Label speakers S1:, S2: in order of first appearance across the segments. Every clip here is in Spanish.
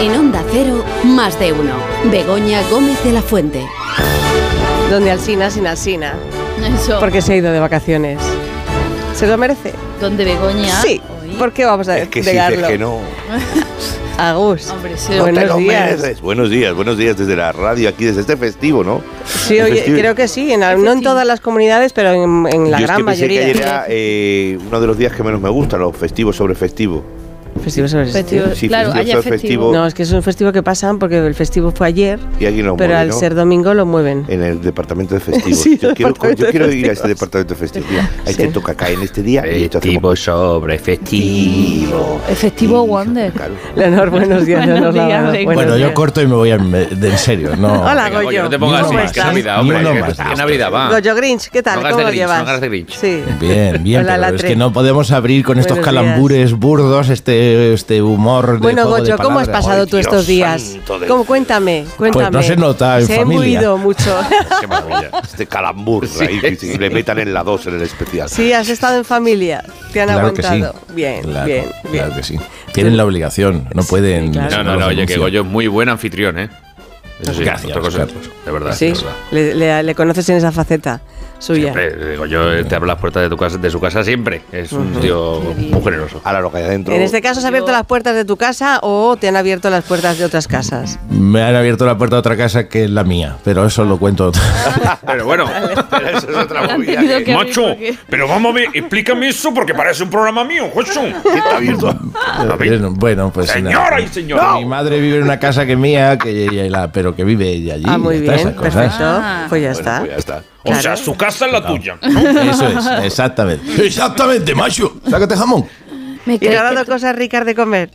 S1: En Onda Cero, más de uno. Begoña Gómez de la Fuente.
S2: Donde Alsina sin Alsina.
S3: Eso.
S2: Porque se ha ido de vacaciones. ¿Se lo merece?
S3: Donde Begoña.
S2: Sí. ¿Por qué vamos a
S4: Es que si
S2: negarlo?
S4: dices que no,
S2: Agus.
S3: Hombre, sí.
S4: no te
S2: Buenos
S4: lo
S2: días.
S4: mereces. Buenos días, buenos días desde la radio aquí, desde este festivo, ¿no? Este
S2: Sí, oye,
S4: Festivo.
S2: creo que sí. en al- no en todas las comunidades, pero en, en la
S4: Yo es
S2: gran
S4: que pensé
S2: mayoría.
S4: que ayer era eh, uno de los días que menos me gusta, los festivos sobre festivo.
S2: Festivo sobre
S3: Festivo.
S2: festivo.
S4: Sí,
S3: Pues, Claro,
S4: festivo
S3: ayer
S4: sobre
S3: festivo.
S4: festivo.
S2: No, es que es un festivo que pasan porque el festivo fue ayer,
S4: Y aquí nos
S2: pero
S4: mueve,
S2: al
S4: ¿no?
S2: ser domingo lo mueven.
S4: En el departamento de festivos.
S2: Sí,
S4: yo
S2: el
S4: quiero,
S2: departamento
S4: yo
S2: de
S4: quiero ir a
S2: festivos.
S4: ese departamento de festivos. Mira, ahí
S2: Sí.
S4: te toca caer en este día y esto
S5: Festivo sobre festivo.
S3: Es festivo Wonder.
S4: Claro.
S2: Leonor, buenos días.
S3: Buenos
S2: Leonor
S3: días,
S2: Labrada,
S3: Begoña.
S2: buenos
S6: Bueno, yo
S2: días.
S6: corto y me voy a, me- de en serio. No.
S2: Hola,
S5: Venga,
S2: Goyo.
S5: Goyo, no te pongas
S2: ¿Cómo
S5: así.
S2: estás?
S5: Qué Navidad, hombre.
S6: Ninguno
S5: qué-
S6: más.
S5: qué Navidad va.
S2: Goyo Grinch, ¿qué tal?
S5: Ah. No hagas
S2: ¿Cómo
S5: de
S2: lo
S5: Grinch,
S2: llevas?
S5: no hagas de Grinch.
S2: Sí.
S6: Bien, bien,
S2: Hola,
S6: pero es
S2: Latre.
S6: que no podemos abrir con estos
S2: Buenos
S6: calambures burdos este, este humor de
S2: Bueno,
S6: juego de
S2: Goyo, ¿cómo
S6: palabras.
S2: has
S6: Pues
S2: pasado
S4: Ay,
S2: tú
S4: Dios
S2: estos días?
S4: santo del
S2: ¿Cómo?
S4: cielo.
S2: Cuéntame, cuéntame.
S6: se nota en
S2: Se
S6: familia.
S2: he movido mucho.
S4: Qué maravilla. Este calambur ahí, que si le metan en la 2 en el especial.
S2: sí, has estado en familia. Te han
S6: Claro que sí.
S2: aguantado. Bien,
S6: Claro,
S2: bien, bien.
S6: Claro que sí. Tienen la obligación, no pueden.
S2: claro.
S5: No, no, no, oye, que Goyo es muy buen anfitrión, ¿eh? Eso sí,
S6: Gracias,
S5: otra cosa.
S6: Carlos.
S5: De verdad,
S2: Sí,
S5: de verdad.
S2: le, le- le conoces en esa faceta suya.
S5: Siempre, eh, Goyo eh, te abre las puertas de, tu casa, de su casa siempre. Es un tío muy generoso.
S4: Ahora lo que hay adentro.
S2: En este caso, ¿has abierto las puertas de tu casa o te han abierto las puertas de otras casas?
S6: Me han abierto la puerta a otra casa que es la mía, pero eso lo cuento.
S5: Pero bueno,
S4: Eso es otra
S3: Han
S4: movida.
S3: tenido que abrir
S7: Macho,
S3: porque-
S7: pero vamos a ver, explícame eso porque parece un programa mío, Jesús.
S4: que está abierto.
S6: Bueno, bueno, pues nada.
S7: Señora y señor.
S6: Mi madre vive en una casa que es mía, que ella- la- pero que vive ella allí.
S2: ah, muy
S6: ya está,
S2: bien,
S6: esas cosas.
S2: perfecto.
S3: Ah.
S2: Pues ya
S4: Bueno,
S2: está.
S4: pues ya está.
S7: O sea,
S2: Claro.
S7: su casa es la tuya.
S6: Eso es, exactamente. Exactamente, macho. Sácate jamón.
S3: Me
S2: ¿Y te han dado
S3: cae-
S2: cosas ricas de comer?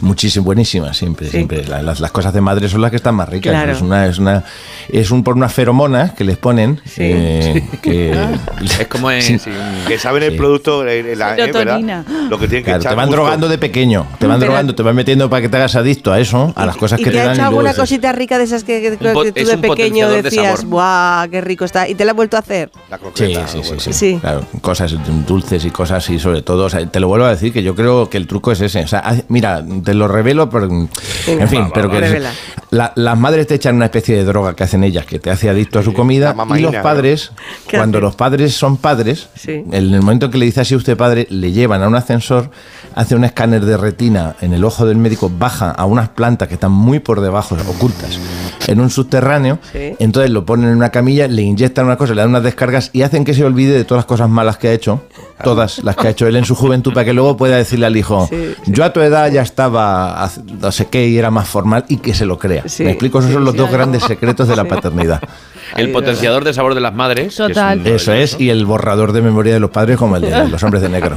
S6: Muchísimas, buenísimas, siempre, siempre. La- Las, las cosas de madre son las que están más ricas.
S2: Claro.
S6: Es una, es una, es un por unas feromonas que les ponen. eh, que-
S5: es como en.
S6: Sí.
S5: sí, un-
S4: Que saben el producto, eh, eh, la, eh, ¿verdad?
S3: Serotonina.
S4: Lo que tienen que
S6: Claro,
S4: echar
S6: te van
S4: justo.
S6: drogando de pequeño, te van
S2: Pero-
S6: drogando, te van metiendo para que te hagas adicto a eso, a las cosas
S2: ¿Y
S6: Pues que
S2: te
S6: te
S2: ha
S6: dan.
S2: hecho
S6: y luego
S2: alguna
S6: dices,
S2: cosita rica de esas que, que- que
S5: Un pot-
S2: tú
S5: es
S2: de
S5: un
S2: pequeño
S5: potenciador de
S2: decías,
S5: sabor.
S2: ¡guau, qué rico está! ¿Y te la has vuelto a hacer?
S4: La
S6: Sí,
S4: croqueta,
S6: sí, sí,
S4: bueno.
S6: sí,
S2: Sí.
S6: Claro, cosas dulces y cosas y sobre todo, o sea, te lo vuelvo a decir que yo creo que el truco es ese. O sea, haz- mira, te lo revelo, pero en fin, pero que
S2: revela.
S6: la- las madres te echan una especie de droga que hacen ellas que te hace adicto a su comida
S4: la
S6: y
S4: mamaína,
S6: los padres,
S2: ¿Qué
S6: cuando
S2: hacen?
S6: los padres son padres,
S2: Sí.
S6: en el momento que le dice así a usted padre, le llevan a un ascensor, hace un escáner de retina en el ojo del médico, baja a unas plantas que están muy por debajo, ocultas, en un subterráneo,
S2: Sí.
S6: entonces lo ponen en una camilla, le inyectan una cosa, le dan unas descargas y hacen que se olvide de todas las cosas malas que ha hecho, todas las que ha hecho él en su juventud, para que luego pueda decirle al hijo,
S2: Sí,
S6: yo a tu edad ya estaba, haz- no sé qué, y era más formal y que se lo crea.
S2: Sí,
S6: Me explico, esos
S2: sí,
S6: son los
S2: sí.
S6: dos grandes secretos de la paternidad.
S5: el potenciador de sabor de las madres. que es
S3: Total.
S5: un-
S6: Eso es, y el borrador de memoria de los padres como el de los hombres de negro.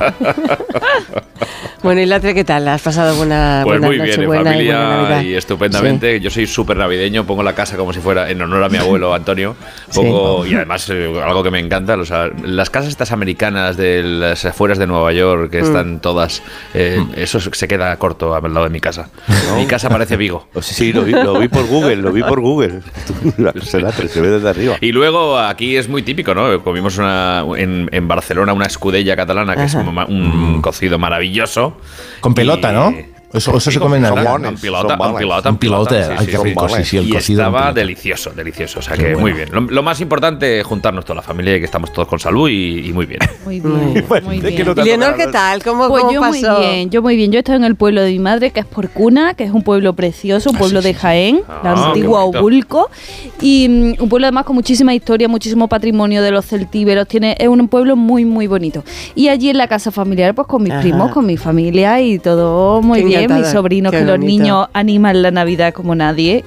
S2: Bueno, y Latre, ¿qué tal? ¿Has pasado buena,
S5: Pues
S2: buena
S5: muy
S2: noche
S5: bien, en
S2: buena y buena
S5: familia
S2: Navidad?
S5: y estupendamente. Yo soy súper navideño, pongo la casa como si fuera en honor a mi abuelo Antonio. Pongo, Y además, eh, algo que me encanta, o sea, las casas estas americanas de las afueras de Nueva York,
S2: Mm.
S5: que están todas, eh,
S4: Mm.
S5: eso se queda corto al lado de mi casa. Mi casa parece Vigo.
S4: O sea, Sí, lo vi, lo vi por Google, lo vi por Google. La- se, la- se ve desde arriba.
S5: Y luego aquí es muy típico, ¿no? Comimos una, en, en Barcelona una escudella catalana, que es
S2: Ajá.
S5: un, ma- un cocido maravilloso.
S6: Mm. Con
S5: Y-
S6: pelota, ¿no? Eso, eso
S5: Sí,
S6: se
S5: con-
S6: come en
S5: con-
S6: Navidad.
S4: Navidad.
S5: con pilota,
S4: Son
S5: con
S4: bolas.
S5: pilota,
S6: Son pilotes,
S5: sí,
S6: ay,
S5: sí,
S6: qué
S5: sí.
S6: rico, sí, sí,
S5: y
S6: el cocido. en
S5: estaba
S6: pelota.
S5: delicioso, delicioso. O sea
S6: Qué
S5: que
S6: bueno.
S5: muy bien. Lo, lo más importante es juntarnos toda la familia y que estamos todos con salud y, y muy bien.
S3: Muy bien. Muy
S4: es que
S3: bien.
S4: no
S2: ¿Y Leonor, ¿qué tal? ¿Cómo,
S3: Pues
S2: cómo
S3: yo
S2: pasó?
S3: muy bien, yo muy bien. Yo he estado en el pueblo de mi madre, que es Porcuna, que es un pueblo precioso,
S6: Ah,
S3: un pueblo de Jaén, la
S5: Ah,
S3: antigua
S5: qué bonito.
S3: Obulco, y mm, un pueblo además con muchísima historia, muchísimo patrimonio de los celtíberos, tiene, es un pueblo muy, muy bonito. Y allí en la casa familiar, pues con mis
S2: Ajá.
S3: primos, con mi familia y todo muy
S2: Qué
S3: bien, mis
S2: encantada,
S3: sobrinos,
S2: qué
S3: que los
S2: bonito.
S3: niños animan la Navidad como nadie,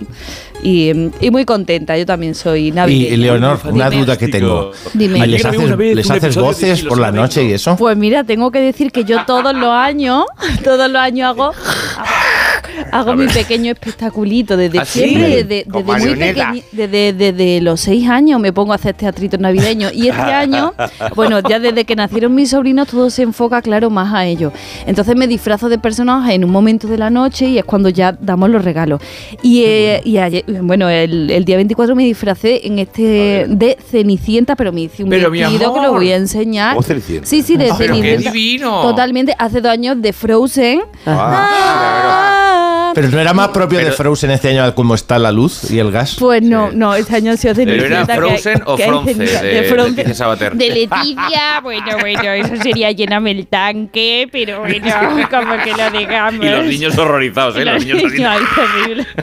S3: y, mm, y muy contenta, yo también soy
S6: Y,
S3: navideña.
S6: y Leonor, una
S3: Dime.
S6: duda que tengo.
S3: Dime.
S6: ¿Y les
S7: Ayer vi
S6: haces,
S7: una vez
S6: les
S7: un
S6: haces
S7: episodio de
S6: voces
S7: Si
S6: por
S7: lo
S6: la
S7: saben,
S6: noche y eso?
S3: Pues mira, tengo que decir que yo todos los años, todos los años hago, hago mi pequeño espectaculito desde
S5: ¿Ah, sí?
S3: siempre, desde,
S4: Con
S3: desde muy
S4: marioneta.
S3: pequeñi- desde, desde los seis años me pongo a hacer teatritos navideños y este año, bueno, ya desde que nacieron mis sobrinos todo se enfoca, claro, más a ellos. Entonces me disfrazo de personajes en un momento de la noche y es cuando ya damos los regalos. Y, eh, y ayer- bueno, el, el día 24 me disfracé en este de Cenicienta, pero me hice un
S5: Pero, mi
S3: vestido que lo
S5: amor.
S3: voy a enseñar.
S4: ¿Cómo Cenicienta?
S3: ¿Ah? Sí, sí, de
S5: Ah, pero qué
S3: Cenicienta.
S5: divino.
S3: Totalmente, hace dos años de Frozen.
S4: Ah,
S3: Ah,
S8: Pero no era más propio de
S5: Pero-
S8: Frozen este año como está la luz y el gas.
S3: Pues no, no, este año se hace
S5: Pero era Frozen o Fronce de, Leticia Sabater.
S9: De Leticia, bueno, bueno, eso sería lléname el tanque, pero bueno, como que lo digamos.
S5: y los niños horrorizados, ¿eh? Los niños así.
S9: Ay, terrible.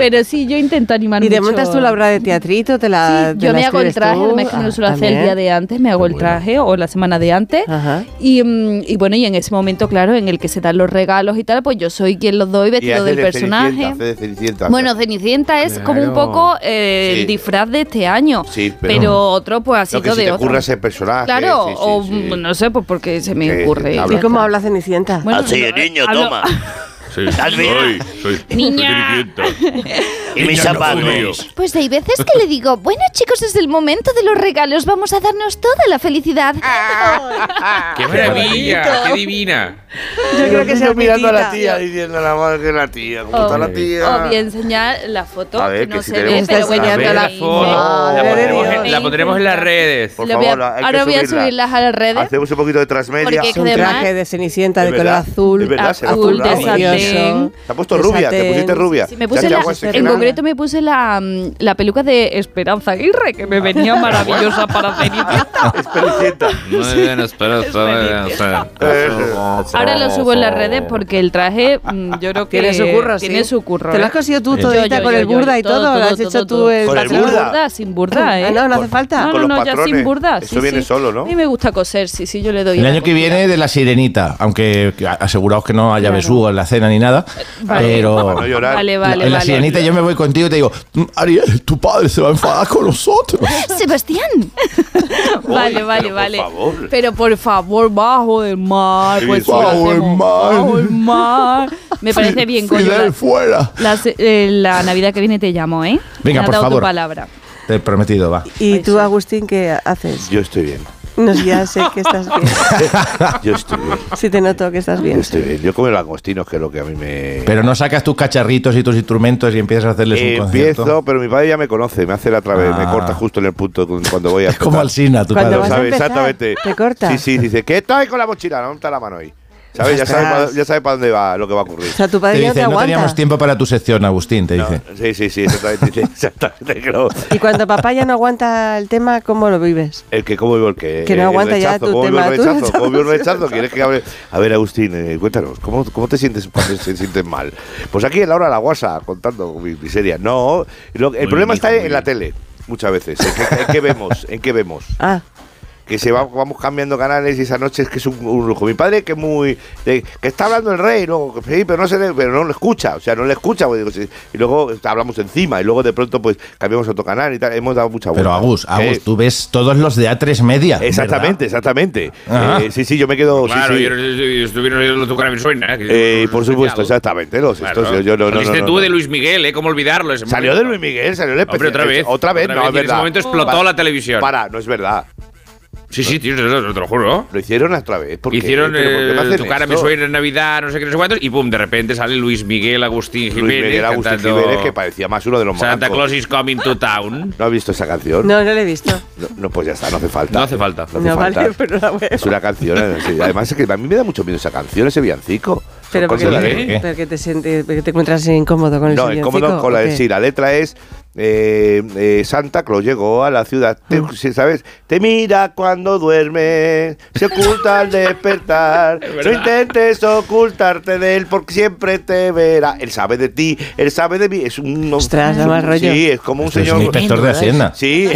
S3: Pero sí, yo intento animar
S2: ¿Y
S3: mucho.
S2: te montas tú la obra de teatrito? Te la,
S3: Sí,
S2: te
S3: yo
S2: la
S3: me hago el
S2: escribes
S3: traje,
S2: tú?
S3: además que no lo suelo
S2: Ah,
S3: hacer el
S2: también.
S3: día de antes, me hago el traje o la semana de antes.
S2: Ajá.
S3: Y, mm, y bueno, y en ese momento, claro, en el que se dan los regalos y tal, pues yo soy quien los doy
S4: Y
S3: vestido
S4: hace
S3: del
S4: de
S3: personaje.
S4: Cenicienta, hace de Cenicienta.
S3: Bueno, Cenicienta es como un
S5: Claro.
S3: poco eh,
S4: Sí.
S3: el disfraz de este año.
S4: Sí, pero-
S3: pero, otro pues ha sido
S4: Lo que se
S3: de
S4: te
S3: otro.
S4: ocurra ese personaje.
S3: Claro,
S4: sí, sí,
S3: o
S4: sí.
S3: mm, no sé, pues porque se me
S4: Sí,
S3: ocurre.
S4: habla.
S3: ya
S2: ¿Y cómo
S3: está.
S2: habla Cenicienta?
S4: Ah,
S3: Bueno,
S10: Así,
S3: no,
S10: niño,
S3: hablo-
S10: toma.
S7: Sí,
S10: Al
S7: soy,
S10: final.
S7: soy,
S9: Niña.
S7: soy Cenicienta.
S10: Y mis
S7: Niña, no judío.
S10: zapatos.
S11: Pues hay veces que le digo, bueno chicos, es el momento de los regalos, vamos a darnos toda la felicidad.
S4: Ah,
S5: ¡Qué maravilla! ¡Qué divina!
S2: Yo creo que
S4: Yo
S2: sea
S4: mirando a la
S2: pitita.
S4: tía diciendo la madre que la tía, cómo está la tía.
S3: O bien enseñar la foto,
S4: A ver,
S3: no
S4: que si
S3: se ve,
S4: tenemos
S3: pero
S2: que
S3: bueno,
S2: saber
S3: ya
S5: la
S3: veis,
S5: foto.
S3: ¿eh?
S5: La
S2: Madre de
S5: pondremos, en,
S2: Dios.
S5: la pondremos en las redes.
S4: Por
S3: Le voy a-
S4: favor, hay que
S3: ahora voy a
S4: subirla.
S3: subirlas a las redes.
S4: Hacemos un poquito de transmedia.
S3: Porque
S2: Es un
S3: Además-
S2: traje de Cenicienta de
S4: Es
S2: color
S4: verdad,
S2: azul,
S4: es verdad, se ve
S2: azul
S4: azul,
S2: de
S4: bravo.
S2: satén.
S4: Te ha puesto
S2: de
S4: rubia, te
S2: satén.
S4: pusiste rubia.
S3: Sí, me
S4: Ya
S3: puse
S4: te
S3: la,
S4: hago ese
S3: en
S4: gran-
S3: concreto me puse la, mm, la peluca de Esperanza Aguirre, que me
S4: Ah.
S3: venía maravillosa para Cenicienta.
S5: Muy bien, espera, espera, espera.
S3: Ahora lo subo en las redes porque el traje, mm, yo creo que
S2: Tiene su curro, sí.
S3: tiene su curro,
S2: Te lo has
S3: ¿eh?
S2: cosido tú
S3: Yo,
S2: todita
S3: yo,
S2: con
S3: yo,
S2: el
S3: yo,
S2: burda y
S3: todo,
S2: todo.
S3: todo,
S2: Lo has
S3: todo,
S2: hecho tú
S3: todo.
S2: el
S4: Con el
S3: Sin
S2: patrón.
S4: burda.
S3: sin burda, ¿eh?
S2: Ah, no, no hace
S4: Con-
S2: falta.
S3: No,
S4: con los
S3: no, no, ya
S4: patrones.
S3: sin burda.
S4: Eso
S3: sí, sí.
S4: viene solo, ¿no?
S3: A mí me gusta coser, sí, sí, yo le doy.
S8: El
S3: la
S8: año que
S3: costura.
S8: viene de la sirenita, aunque aseguraos que no haya besugo en la cena ni nada,
S3: Vale.
S8: pero
S4: Para no llorar.
S3: Vale,
S8: en
S3: vale,
S8: la
S3: vale.
S8: sirenita yo me voy contigo y te digo, "Mm, Ariel, tu padre se va a enfadar con nosotros.
S11: Sebastián,
S3: Vale, vale,
S4: por
S3: vale.
S4: favor.
S3: Pero por favor, bajo el mar.
S4: Sí,
S3: pues, sí,
S8: bajo
S3: lo
S8: el
S3: hacemos.
S8: mar.
S3: Bajo el mar. Me parece bien, coño.
S8: Fidel,
S3: La,
S8: fuera.
S3: la se- eh, la Navidad que viene te llamo, ¿eh?
S8: Venga,
S3: Me has
S8: por
S3: dado
S8: favor.
S3: tu palabra.
S8: Te he prometido, va.
S2: ¿Y tú, Agustín, qué haces?
S4: Yo estoy bien.
S2: No, sí, ya sé que estás bien.
S4: Yo estoy bien.
S2: Sí te noto que estás
S4: Yo
S2: bien.
S4: estoy bien. Yo como langostinos, que es lo que a mí me.
S8: Pero no sacas tus cacharritos y tus instrumentos y empiezas a hacerles un concierto.
S4: Empiezo, pero mi padre ya me conoce, me hace la otra vez, me
S8: Ah.
S4: corta justo en el punto cu- cuando voy a.
S8: Es como
S4: tocar.
S8: Alsina, tu padre.
S2: Cuando
S4: Lo
S2: vas a
S4: sabe,
S2: empezar,
S4: exactamente.
S2: te corta.
S4: Sí, sí, dice, ¿qué tal con la mochila? No está la mano ahí. ¿Sabes? Ya sabe, pa- ya sabe para dónde va lo que va a ocurrir.
S2: O sea, tu
S8: Te
S2: padre ya no te
S8: dice, no
S2: aguanta.
S8: teníamos tiempo para tu sección, Agustín, te dice.
S4: Sí, sí, sí, exactamente. dice, exactamente, que no.
S2: Y cuando papá ya no aguanta el tema, ¿cómo lo vives?
S4: El que cómo vivo el que. eh,
S2: Que no
S4: el
S2: aguanta ya
S4: rechazo,
S2: tu
S4: ¿cómo vivo
S2: tema,
S4: el
S2: tu
S4: rechazo, ¿Cómo vivo el
S2: rechazo.
S4: rechazo? ¿Quieres que hable? A ver, Agustín, eh, cuéntanos, ¿cómo, ¿cómo te sientes cuando te sientes mal? Pues aquí en la hora de la guasa, contando mi miseria. No, lo- el
S5: bien,
S4: problema
S5: hijo,
S4: está
S5: muy
S4: en la
S5: bien.
S4: tele, muchas veces. ¿En qué, en qué vemos? ¿En qué vemos?
S2: Ah,
S4: que se va- vamos cambiando canales y esa noche es que es un, un lujo. Mi padre que es muy de- que está hablando el rey, ¿no? Que sí, pero no se le- pero no lo escucha, o sea, no le escucha pues, digo, sí. y luego hablamos encima y luego de pronto pues cambiamos a otro canal y tal. Hemos dado mucha vuelta.
S8: Pero Agus, Agus,
S4: Eh,
S8: tú ves todos los de A3 Media. ¿verdad?
S4: exactamente, exactamente.
S8: Ajá.
S4: Eh, sí, sí, yo me quedo sí,
S5: Claro,
S4: sí.
S5: yo estuvieron oyendo tu cara a mi suena.
S4: Eh, por supuesto, exactamente. Los
S5: Claro.
S4: estos, yo, yo no, no, no,
S5: Saliste
S4: no,
S5: tú
S4: no.
S5: de Luis Miguel, ¿eh? ¿Cómo olvidarlo? ese
S4: Salió
S5: momento?
S4: de Luis Miguel, salió el
S5: Hombre, otra
S4: especial.
S5: vez.
S4: Otra vez, no, es
S5: y En
S4: verdad.
S5: ese momento explotó
S4: Pa-
S5: la televisión.
S4: Para, no es verdad.
S5: Sí, sí, tío, te lo te lo juro.
S4: Lo hicieron otra vez. ¿Por qué?
S5: Hicieron
S4: ¿Pero por qué me
S5: eh,
S4: hacen
S5: tu cara me
S4: esto?
S5: suena en Navidad, no sé qué, no sé cuántos, y pum, de repente sale Luis Miguel Agustín
S4: Luis
S5: Jiménez.
S4: Miguel Agustín
S5: cantando
S4: Jiménez, que parecía más uno de los
S5: Santa
S4: morancos.
S5: Claus is coming to town.
S4: ¿No has visto esa canción?
S2: no, no lo he visto.
S4: No, no, pues ya está, no hace falta.
S5: No hace falta.
S4: No hace
S2: No,
S4: falta.
S2: vale, pero la voy a-
S4: Es una canción. eh, sí. Además, es que a mí me da mucho miedo esa canción, ese villancico.
S2: Pero
S4: Son
S2: porque,
S4: cosas
S8: ¿Por qué?
S4: de- ¿eh?
S2: pero que te, sientes, porque te encuentras incómodo con el
S4: No,
S2: villancico,
S4: incómodo con
S2: ¿o
S4: la
S2: qué?
S4: sí, la letra es eh, eh, Santa Claus llegó a la ciudad,
S2: Ah.
S4: te- sí, ¿sabes? Te mira cuando duerme, se oculta al despertar, no intentes ocultarte de él porque siempre te verá. Él sabe de ti, él sabe de mí. Es un
S2: Ostras, da
S4: es un-
S2: mal rollo.
S4: Sí, es como un
S8: Esto es
S4: señor.
S8: un inspector de Hacienda.
S4: Sí,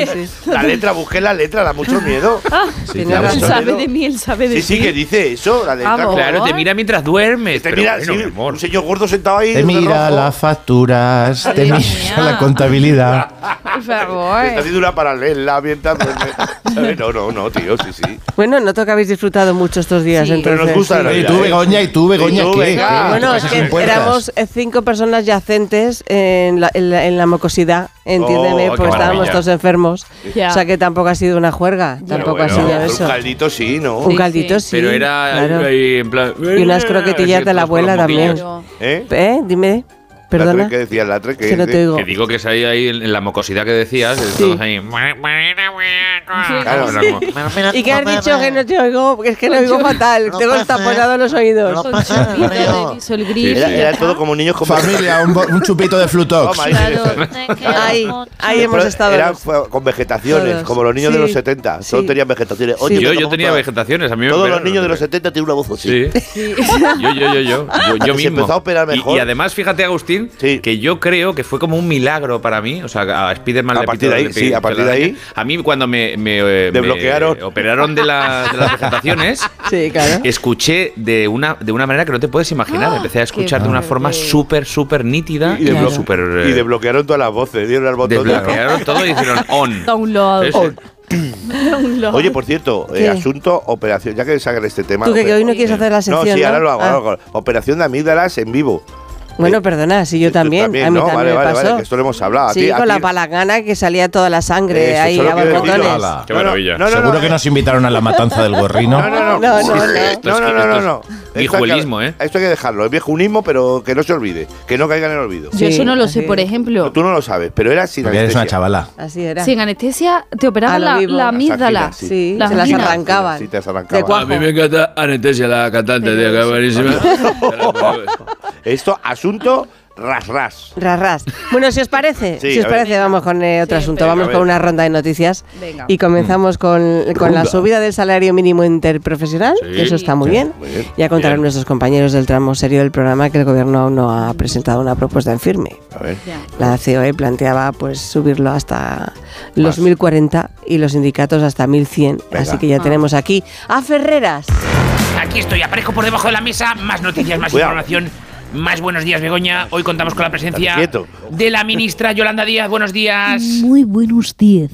S4: la letra, busqué la letra, da mucho miedo.
S3: Ah,
S8: Sí,
S2: Tenía
S8: claro.
S2: Ah, razón.
S3: Él sabe de mí, él sabe de
S4: Sí, sí,
S3: ti.
S4: que dice eso, la letra.
S3: Vamos.
S4: Claro,
S5: Claro, te mira mientras duermes.
S4: te
S5: pero
S4: mira,
S5: bueno,
S4: sí,
S5: mi amor.
S4: un señor gordo sentado ahí.
S8: Te
S4: de
S8: mira
S4: rojo.
S8: las facturas, te
S3: Madre
S8: mira
S3: mía.
S8: la contabilidad.
S3: Por favor.
S4: Está haciendo una paralela mientras duerme. ¿Sabes? No, no, no, tío, sí, sí.
S2: Bueno, noto que habéis disfrutado mucho estos días,
S3: Sí.
S2: entonces. Ah,
S4: Pero nos gusta la
S8: Oye,
S4: vida.
S8: tú,
S4: ¿eh?
S8: Begoña, y tú, Begoña,
S4: Y tú,
S8: ¿qué?
S4: venga.
S8: ¿Qué?
S2: Bueno,
S8: Te
S2: es
S8: pasas
S2: que
S8: sin puertas.
S2: éramos eh, cinco personas yacentes en la, en la- en la mocosidad, entiéndeme,
S4: Oh, qué
S2: pues estábamos
S5: maravilla.
S2: todos enfermos.
S3: Ya.
S2: O sea que tampoco ha sido una juerga,
S4: Pero
S2: tampoco
S4: bueno,
S2: ha sido
S4: un
S2: eso.
S4: caldito sí, ¿no?
S2: Un caldito sí.
S5: Pero era
S2: claro.
S5: ahí, en plan. pues,
S2: Y unas croquetillas de la abuela también.
S3: Pero-
S4: ¿Eh?
S2: ¿Eh? Dime.
S4: La
S2: Perdona.
S4: tres que decías, la tres que,
S2: Que no te
S4: dice-
S2: oigo.
S5: Que digo que es ahí, ahí en en la mocosidad que decías, estamos ahí.
S4: Claro,
S5: la mo-
S2: ¿Y qué has dicho que no te oigo? Porque es que lo oigo fatal. Tengo el taponado en los oídos.
S3: Sol gris.
S4: Era, era todo como niños con
S6: Familia, un, bo- un chupito de Flutox.
S4: Toma, ahí
S3: Claro.
S4: está.
S2: Ahí, ahí
S4: Pero
S2: hemos estado.
S4: Eran
S2: los-
S4: fue- con vegetaciones,
S2: Todos.
S4: como los niños
S2: Sí,
S4: de los 70.
S2: sí.
S4: Todos tenían vegetaciones. Oye,
S5: Yo,
S4: pero
S5: yo
S4: como
S5: tenía
S4: todas-
S5: vegetaciones, a mí me
S4: Todos los
S5: operaron.
S4: niños de los 70 tienen una voz así.
S5: Sí. Yo, yo, yo, yo. Yo, yo
S4: Se
S5: mismo.
S4: empezó a operar
S5: Y-
S4: mejor.
S5: Y, además, fíjate, Agustín,
S4: Sí.
S5: que yo creo que fue como un milagro para mí. O sea, a Spiderman
S4: A
S5: le
S4: partir
S5: pitó-
S4: de ahí,
S5: le
S4: sí, a
S5: pitó
S4: partir
S5: la
S4: de
S5: araña.
S4: ahí.
S5: A mí, cuando me. me, eh, me
S4: Desbloquearon.
S5: operaron de, la- de las vegetaciones.
S2: Sí, claro. ¡Ah!
S5: Escuché de una, de una manera que no te puedes imaginar. Empecé a escuchar de una forma súper, súper nítida
S4: Y,
S5: y,
S4: desblo-
S5: súper.
S4: y
S5: eh,
S4: desbloquearon todas las voces. Dieron al botón. de-
S5: desbloquearon todo y hicieron on.
S3: Download.
S5: Ese.
S4: Oye, por cierto, eh,
S2: Oh, ¿Qué?
S4: asunto operación. Ya que sacan este tema.
S2: Tú que, que
S4: opera-
S2: hoy no quieres hacer la sección.
S4: No, sí, ahora
S2: ¿no?
S4: lo hago.
S2: Ah.
S4: ahora lo hago. Operación de amígdalas en vivo.
S2: Bueno, perdona, si yo
S4: Tú
S2: también. a mí
S4: ¿no?
S2: también
S4: vale,
S2: me
S4: vale,
S2: pasó.
S4: vale, que esto lo hemos hablado. A
S2: sí,
S4: ti- a
S2: con la
S4: ti-
S2: palangana que salía toda la sangre
S4: Eso,
S2: ahí
S4: solo
S2: a
S4: quiero decirlo.
S2: borbotones.
S6: Ala.
S5: Qué
S4: No, no,
S5: maravilla.
S4: no, no,
S6: Seguro
S4: no, eh.
S6: que nos invitaron a la matanza del gorrino.
S4: No, no, no.
S2: No, no, no.
S4: Esto es-
S5: No, no, no, no. Viejuelismo,
S4: hay que-
S5: ¿eh?
S4: Esto hay que dejarlo. Es viejunismo, pero que no se olvide. Que no caiga en el olvido.
S3: Yo eso
S2: Sí,
S3: no lo sé,
S2: así
S3: por
S2: es.
S3: ejemplo.
S4: Tú no lo sabes, pero era sin
S6: Porque eres
S4: anestesia.
S6: una chavala.
S2: Así era.
S3: Si en anestesia te
S2: A
S3: operaban
S2: lo
S3: la,
S2: vivo.
S3: la
S2: Las
S3: amígdala.
S4: anginas, sí.
S2: Sí,
S3: Las
S2: se las
S3: anginas.
S2: arrancaban.
S4: Sí, te las arrancaban.
S2: De cuajo.
S5: encanta Anestesia, la cantante, de que es buenísima.
S4: Esto, asunto ras ras.
S2: Rarras. Bueno, si os parece,
S4: Sí,
S2: si os
S4: a ver.
S2: parece, vamos con eh, otro asunto. Vamos
S4: A
S2: con
S4: ver.
S2: una ronda de noticias.
S3: Venga.
S2: Y comenzamos con, con la subida del salario mínimo interprofesional,
S5: Sí.
S2: que eso está muy bien.
S4: muy bien.
S2: Ya contaron
S5: Bien.
S2: nuestros compañeros del tramo serio del programa que el gobierno aún no ha presentado una propuesta en firme.
S4: A ver.
S2: La COE planteaba pues subirlo hasta los 1040 y los sindicatos hasta 1100.
S4: Venga.
S2: Así
S3: Ah.
S2: que ya tenemos aquí a Ferreras.
S9: Aquí estoy, aparezco por debajo de la mesa. Más noticias, más
S4: Cuidado.
S9: información. Más buenos días, Begoña. Hoy contamos con la presencia
S4: Estate quieto.
S9: de la ministra Yolanda Díaz. Buenos días.
S1: Muy buenos días.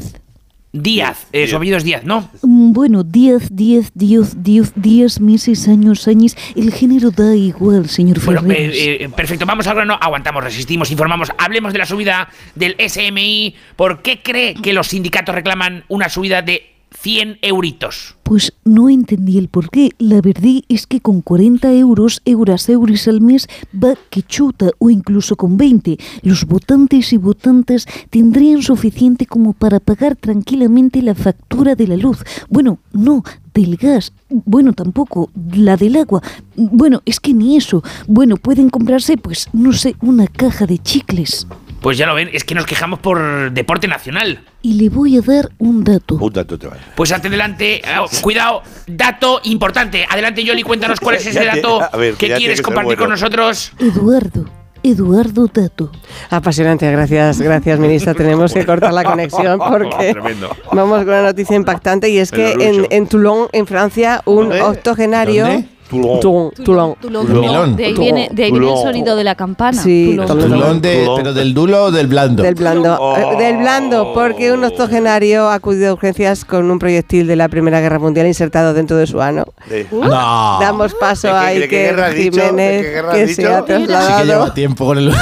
S9: Díaz, eh, su apellido es Díaz, ¿no?
S1: Mm, Bueno, 10, 10, 10, 10, 10 meses, años, años. El género da igual, señor
S9: Bueno,
S1: Ferreras.
S9: eh, eh, perfecto, vamos al grano. Aguantamos, resistimos, informamos. Hablemos de la subida del SMI. ¿Por qué cree que los sindicatos reclaman una subida de 100 euritos?
S1: Pues no entendí el porqué. La verdad es que con 40 euros, euros, euros al mes, va que chuta, o incluso con 20. Los votantes y votantes tendrían suficiente como para pagar tranquilamente la factura de la luz. Bueno, no, del gas. Bueno, tampoco, la del agua. Bueno, es que ni eso. Bueno, pueden comprarse, pues, no sé, una caja de chicles.
S9: Pues ya lo ven, es que nos quejamos por deporte nacional.
S1: Y le voy a dar un dato.
S4: Un dato te vale.
S9: Pues hasta adelante, ah, cuidado, dato importante. Adelante, Yoli, cuéntanos cuál es ese
S4: Ya te-
S9: dato
S4: a ver, que
S9: que
S4: ya tiene que
S9: quieres
S4: ser
S9: compartir con
S4: bueno.
S9: nosotros.
S1: Eduardo, Eduardo Dato.
S2: Apasionante, gracias, gracias ministra. Tenemos que cortar la conexión porque
S5: Tremendo.
S2: vamos con una noticia impactante y es que en, en Toulon, en Francia, un
S4: ¿Dónde?
S2: octogenario...
S6: ¿Dónde?
S4: Toulon.
S2: Toulon. Toulon.
S3: Tulón.
S6: Tulón.
S3: De ahí
S2: Tulón.
S3: viene, de ahí viene el
S4: Tulón.
S3: sonido de la campana.
S2: Sí,
S3: Tulón.
S2: Tulón.
S6: Tulón de-
S4: Tulón. Oh.
S6: pero del dulo o del blando.
S2: Del blando. Eh, Del blando, porque un octogenario ha acudido a urgencias con un proyectil de la Primera Guerra Mundial insertado dentro de su ano. Uh.
S4: Sí.
S6: No.
S2: Damos paso
S4: ¿De qué-
S2: a
S4: de qué guerra
S2: Iker
S4: has dicho? ¿De
S2: Jiménez,
S4: qué guerra
S2: que
S4: has
S2: se
S4: dicho?
S2: ha
S6: Sí que
S2: trasladado.
S6: lleva tiempo con el, el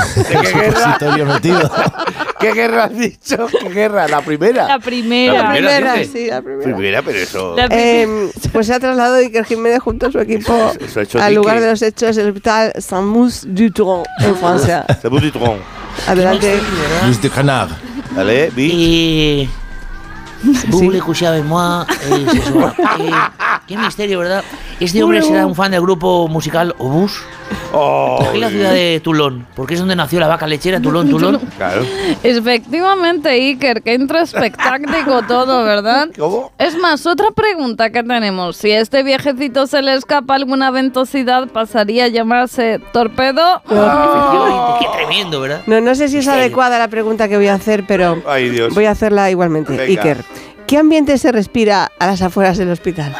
S6: supositorio metido.
S4: ¿Qué guerra has dicho? ¿Qué guerra? La primera.
S3: La primera.
S5: La primera.
S2: Primera,
S5: dice.
S2: sí, la primera.
S4: primera, pero eso.
S3: La-
S2: Eh, pues se ha trasladado Iker Jiménez junto a su equipo
S4: Eso ha hecho
S2: al lugar
S4: Iker.
S2: de los hechos, el hospital Saint-Mousse-du-Tron en Francia.
S4: Se puso y tron.
S2: Adelante.
S6: Luis de Canard.
S4: Vale, vi.
S8: Et vous
S2: Sí.
S8: voulez coucher avec moi Et ce soir. Et eh, qué misterio, ¿verdad? Este hombre será un fan del grupo musical Obus.
S4: Oh,
S8: Aquí la ciudad de Tulón, porque es donde nació la vaca lechera, Tulón, Tulón.
S4: Claro.
S3: Efectivamente, Iker, qué introspectáctico todo, ¿verdad?
S4: ¿Cómo?
S3: Es más, otra pregunta que tenemos. Si a este viejecito se le escapa alguna ventosidad, ¿pasaría a llamarse torpedo?
S8: Efectivamente, qué tremendo, ¿verdad?
S2: No, no sé si es adecuada la pregunta que voy a hacer, pero
S4: Ay, Dios.
S2: voy a hacerla igualmente.
S4: Venga.
S2: Iker, ¿qué ambiente se respira a las afueras del hospital?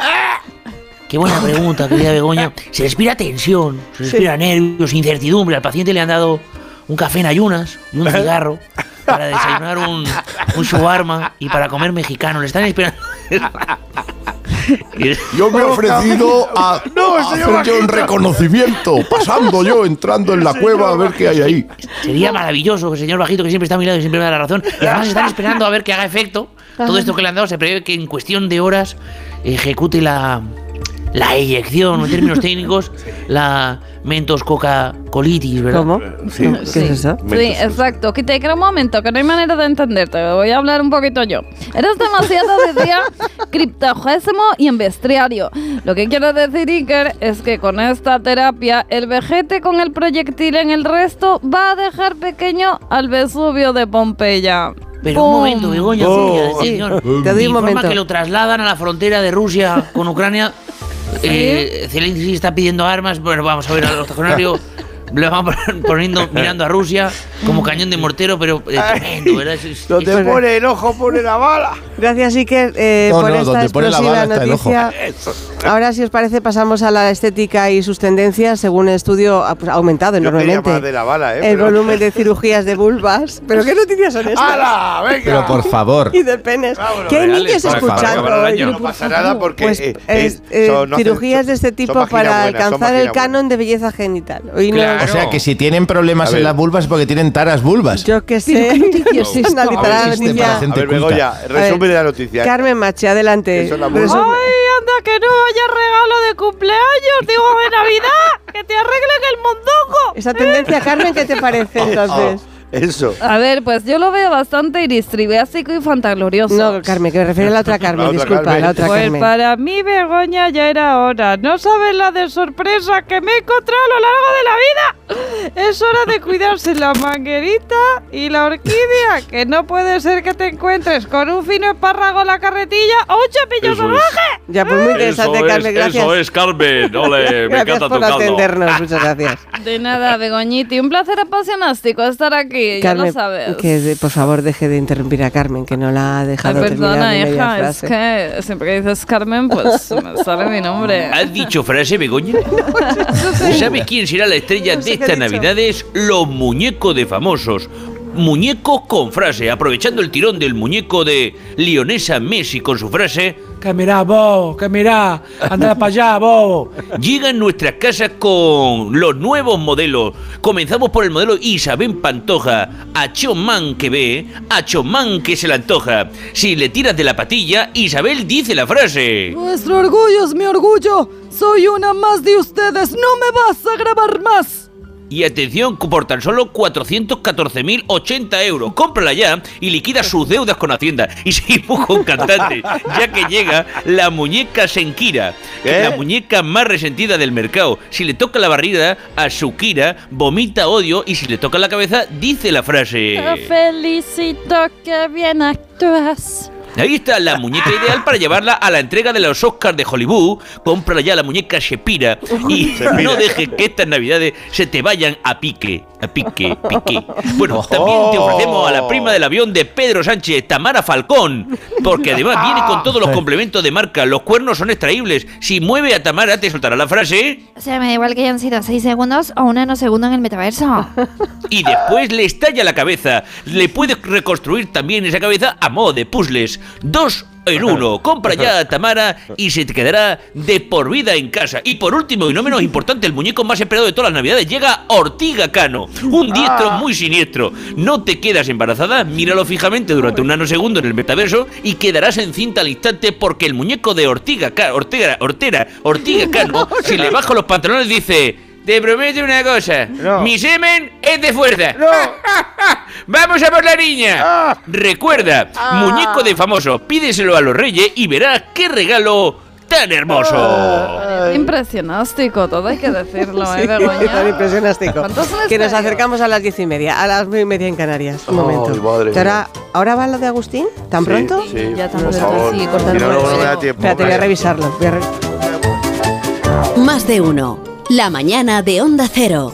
S8: Qué buena pregunta, querida Begoña. Se respira tensión, se respira nervios, incertidumbre. Al paciente le han dado un café en ayunas y un cigarro para desayunar un, un shawarma y para comer mexicano. Le están esperando.
S6: Yo me he ofrecido a,
S4: No,
S6: a
S4: señor
S6: hacer yo un reconocimiento, pasando yo, entrando en la cueva a ver qué hay ahí.
S8: Sería maravilloso, el señor Bajito, que siempre está a mi lado y siempre me da la razón. Y además están esperando a ver que haga efecto. Todo esto que le han dado se prevé que en cuestión de horas ejecute la,
S10: la eyección, o en términos técnicos, la mentoscoca-colitis, ¿verdad?
S2: ¿Cómo?
S10: Sí.
S2: ¿Qué es eso?
S3: Sí, exacto. Que te creo un momento, que no hay manera de entenderte. Voy a hablar un poquito yo. Eres demasiado de día criptogésimo y embestiario. Lo que quiero decir, Iker, es que con esta terapia, el vejete con el proyectil en el resto va a dejar pequeño al Vesubio de Pompeya.
S10: Pero
S3: ¡Pum!
S10: un momento, Begoña,
S4: Oh,
S2: Oh.
S10: señor,
S4: Eh,
S2: Sí, te doy un
S10: informa
S2: momento.
S10: que lo trasladan a la frontera de Rusia con Ucrania. Eh, Zelensky está pidiendo armas, bueno, vamos a ver al octogenario. Le van poniendo, mirando a Rusia como cañón de mortero, pero eh, tremendo, ¿verdad? Es- es-
S4: Donde
S10: es-
S4: pone el ojo, pone la bala.
S2: Gracias, Iker, eh,
S10: No,
S2: por
S10: no,
S2: esta
S10: donde pone la
S2: explosiva
S10: bala está el ojo.
S2: noticia. Ahora, si os parece, pasamos a la estética y sus tendencias. Según el estudio, ha pues, ha aumentado
S4: Yo quería
S2: enormemente
S4: más de la bala, ¿eh?
S2: el
S4: Pero-
S2: volumen de cirugías de vulvas. ¿Pero qué noticias son estas?
S4: ¡Hala! ¡Venga!
S8: Pero por favor.
S2: Y de penes.
S4: Vámonos,
S2: ¿Qué hay
S4: reales,
S2: niños
S4: por favor,
S2: escuchando?
S4: acabar el
S2: hoy?
S4: año. No pasa nada porque
S2: Pues,
S4: eh,
S2: es,
S4: es-
S2: eh,
S4: son- no hacen-
S2: cirugías de este
S4: son
S2: tipo
S4: páginas
S2: para
S4: buenas, son
S2: alcanzar el
S4: páginas buenas.
S2: canon de belleza genital. Hoy no-
S8: O sea, que si tienen problemas
S4: A ver.
S8: en las vulvas es porque tienen taras vulvas.
S2: Yo qué sé.
S8: es esto?
S2: Una literal
S8: A ver, existe
S2: noticia.
S8: para gente
S4: A ver,
S8: culta.
S4: Begoya, resumen de la noticia.
S2: eh, Carmen Machi, adelante.
S4: Eso es la
S2: Resumen.
S4: vulva.
S12: ¡Ay, anda que no haya regalo de cumpleaños, digo de Navidad! ¡Que te arreglen el mondongo!
S2: Esa tendencia, Carmen, ¿qué te
S3: Ah,
S2: parece entonces?
S4: Eso.
S3: A ver, pues yo lo veo bastante iristribeásico y fantaglorioso.
S2: No, Carmen, que me refiero a la otra Carmen,
S4: La otra
S2: disculpa,
S4: Carmen.
S2: la otra
S12: Pues
S2: Carmen.
S12: para mí, Begoña, ya era hora. ¿No sabes la de sorpresa que me he encontrado a lo largo de la vida? Es hora de cuidarse la manguerita y la orquídea, que no puede ser que te encuentres con un fino espárrago en la carretilla o un
S7: Eso
S12: chapillo
S7: es.
S12: salvaje. Eh.
S2: Ya, pues muy interesante,
S7: eso
S2: Carmen,
S7: es,
S2: gracias.
S7: Eso es, Carmen. Ole, me
S2: gracias
S7: encanta tu
S2: por
S7: caldo.
S2: atendernos, muchas gracias.
S3: De nada, Begoñiti. Un placer apasionástico estar aquí, ya lo
S2: Carmen,
S3: sabes.
S2: que de- por favor deje de interrumpir a Carmen, que no la ha dejado terminar
S3: Perdona,
S2: ni media
S3: hija, es
S2: frase.
S3: que siempre que dices Carmen, pues me sale mi nombre.
S10: ¿Has dicho frase, Begoña? ¿Sabes quién será la estrella de estas navidades? Los muñecos de famosos. Muñecos con frase, aprovechando el tirón del muñeco de Lionesa Messi con su frase. Camerá, bobo, camerá, anda para allá, bobo. Llegan nuestras casas con los nuevos modelos. Comenzamos por el modelo Isabel Pantoja. A Chomán que ve, a Chomán que se le antoja. Si le tiras de la patilla, Isabel dice la frase.
S12: Nuestro orgullo es mi orgullo. Soy una más de ustedes. No me vas a grabar más.
S10: Y atención, por tan solo 414.080 euros. Cómprala ya y liquida sus deudas con Hacienda. Y seguimos con cantantes, ya que llega la muñeca Senkira, que es la muñeca más resentida del mercado. Si le toca la barriga a Sukira, vomita odio y si le toca la cabeza, dice la
S12: Te
S10: frase.
S12: felicito que bien actúas.
S10: Ahí está la muñeca ideal para llevarla a la entrega de los Oscars de Hollywood. Cómprala ya la muñeca Shepira y
S4: Shepira.
S10: no dejes que estas navidades se te vayan a pique. A pique, pique. Bueno, también te ofrecemos a la prima del avión de Pedro Sánchez, Tamara Falcón, porque además viene con todos los complementos de marca. Los cuernos son extraíbles. Si mueve a Tamara, te soltará la frase.
S11: O sea, me da igual que hayan sido seis segundos o un nanosegundo en el metaverso.
S10: Y después le estalla la cabeza. Le puedes reconstruir también esa cabeza a modo de puzzles. Dos en uno. Compra ya a Tamara y se te quedará de por vida en casa. Y por último y no menos importante, el muñeco más esperado de todas las navidades llega Ortiga Cano. Un diestro muy siniestro. No te quedas embarazada, míralo fijamente durante un nanosegundo en el metaverso y quedarás encinta al instante porque el muñeco de Ortiga Cano, Ortega, Ortera, Ortiga Cano, si le bajo los pantalones dice... Te prometo una cosa. Mi semen es de fuerza. Vamos a por la niña.
S2: Ah.
S10: Recuerda, muñeco de famoso, pídeselo a los reyes y verás qué regalo tan hermoso.
S2: Ah.
S3: Impresionástico, todo hay que decirlo, ¿eh,
S2: Sí,
S3: Begoña?
S2: tan impresionástico.
S3: ¿Cuántos son
S2: Que nos
S3: estadios?
S2: acercamos a las diez y media, a las nueve y media en Canarias. Un
S4: Ay,
S2: momento.
S4: madre
S2: ¿Y ahora,
S4: mía.
S2: ¿Ahora va lo de Agustín? ¿Tan
S4: Sí,
S2: pronto?
S4: sí, Ya tan
S2: No
S4: por
S2: sé.
S4: pronto, favor. sí, corta el Si no, luego no me da fuego. tiempo.
S2: Espérate, voy a revisarlo. voy a re-
S13: Más de uno. La mañana de Onda Cero.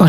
S14: O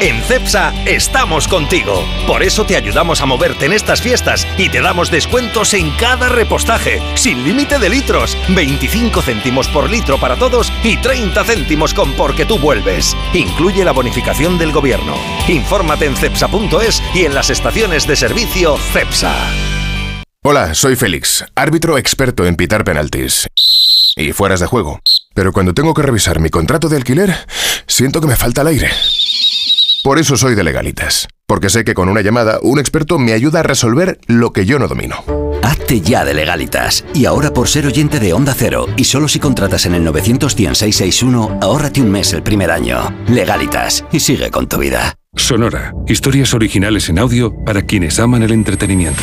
S15: En CEPSA estamos contigo. Por eso te ayudamos a moverte en estas fiestas y te damos descuentos en cada repostaje, sin límite de litros, 25 céntimos por litro para todos y 30 céntimos con Porque tú vuelves. Incluye la bonificación del gobierno. Infórmate en cepsa.es y en las estaciones de servicio CEPSA.
S16: Hola, soy Félix, árbitro experto en pitar penaltis y fueras de juego. Pero cuando tengo que revisar mi contrato de alquiler, siento que me falta el aire. Por eso soy de legalitas, porque sé que con una llamada un experto me ayuda a resolver lo que yo no domino.
S17: Hazte ya de legalitas. Y ahora por ser oyente de Onda Cero y solo si contratas en el 91661, ahórrate un mes el primer año. Legalitas y sigue con tu vida.
S18: Sonora, historias originales en audio para quienes aman el entretenimiento.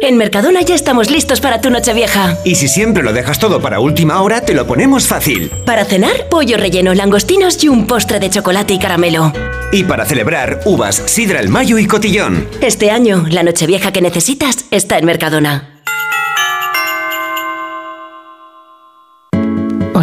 S19: En Mercadona ya estamos listos para tu Nochevieja.
S20: Y si siempre lo dejas todo para última hora, te lo ponemos fácil.
S19: Para cenar, pollo relleno, langostinos y un postre de chocolate y caramelo.
S20: Y para celebrar, uvas, sidra el mayo y cotillón.
S19: Este año, la Nochevieja que necesitas está en Mercadona.
S14: O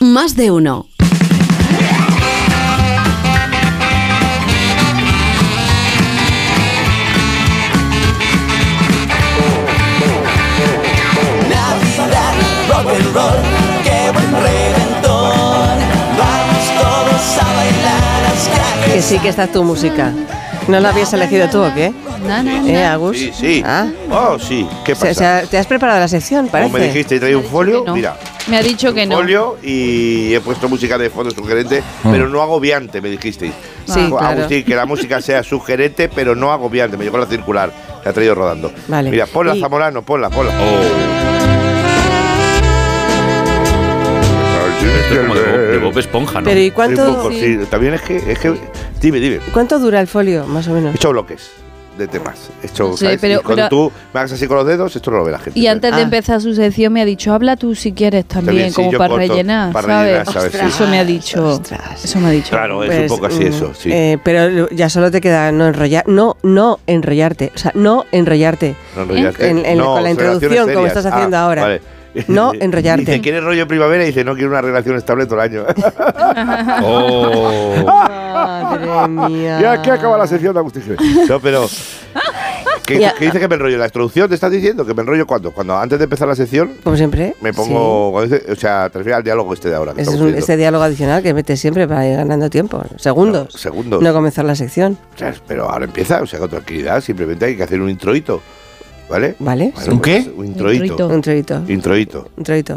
S21: Más de uno.
S22: Navidad, rock and roll, qué buen reventón. Vamos todos a bailar hasta
S2: Que sí que está tu música. ¿No la habías elegido tú o qué?
S3: No, no,
S2: ¿Eh, Agus?
S4: Sí, sí.
S2: Ah.
S4: Oh, sí. ¿Qué
S2: O sea,
S4: pasa?
S2: o sea, ¿Te has preparado la sección, parece?
S4: Como me dijiste, traía un folio,
S3: no.
S4: mira.
S3: Me ha dicho que
S4: un
S3: no. Ah.
S4: folio y he puesto música de fondo sugerente, pero no agobiante, me dijisteis.
S2: Sí,
S4: Dijo,
S2: claro.
S4: Agustín, que la música sea sugerente, pero no agobiante. Me llegó la circular, la ha traído rodando.
S2: Vale.
S4: Mira, ponla,
S2: Y-
S4: Zamorano, ponla, ponla.
S23: Oh. Esto es como de, Bob- de Bob Esponja, ¿no?
S2: Pero ¿y cuánto-
S4: Un poco, sí. También es que, es que. Dime, dime.
S2: ¿Cuánto dura el folio, más o menos?
S4: He hecho bloques de temas. He hecho,
S3: Sí,
S4: ¿sabes? Y
S3: pero-
S4: cuando
S3: pero-
S4: tú me hagas así con los dedos, esto no lo ve la gente.
S3: Y antes de
S4: Ah.
S3: empezar su sección me ha dicho, habla tú si quieres también,
S4: También, sí,
S3: como
S4: yo
S3: para
S4: corto,
S3: rellenar,
S4: para rellenar,
S3: ¿sabes?
S4: ¿sabes? Sí.
S3: Eso me ha dicho. Eso me ha dicho.
S4: Claro, es un
S2: Pues,
S4: poco así
S2: mm,
S4: eso, sí.
S2: eh, pero lo- ya solo te queda no enrollar, no, no enrollarte, o sea, no enrollarte.
S4: No enrollarte.
S2: ¿Eh? En- en-
S4: No,
S2: con la
S4: relaciones
S2: introducción como
S4: serias.
S2: estás haciendo
S4: Ah,
S2: ahora.
S4: vale.
S2: No enrollarte.
S4: Dice, ¿quieres rollo primavera? Y dice, no quiero una relación estable todo el año. Oh.
S2: Madre mía.
S4: ya que acaba Ah, la sección de Agustín Jiménez. No, pero. ¿Qué,
S2: Ya.
S4: qué dice que me enrollo? ¿La introducción te estás diciendo? ¿Que me enrollo cuándo? Cuando antes de empezar la sección
S2: Como siempre,
S4: me pongo. cuando dice- O sea, te refieres al diálogo este de ahora. que
S2: ¿Eh? ese es
S4: estamos
S2: un-
S4: teniendo.
S2: ese diálogo adicional que metes siempre para ir ganando tiempo, segundos.
S4: No, segundos.
S2: No comenzar la sección.
S4: O sea, pero ahora empieza, o sea, con tranquilidad. Simplemente hay que hacer un introito. ¿Vale?
S2: ¿Vale?
S4: Bueno, pues, Un introito.
S2: Un
S4: Introito.
S2: troito. Un troito.
S4: Introito.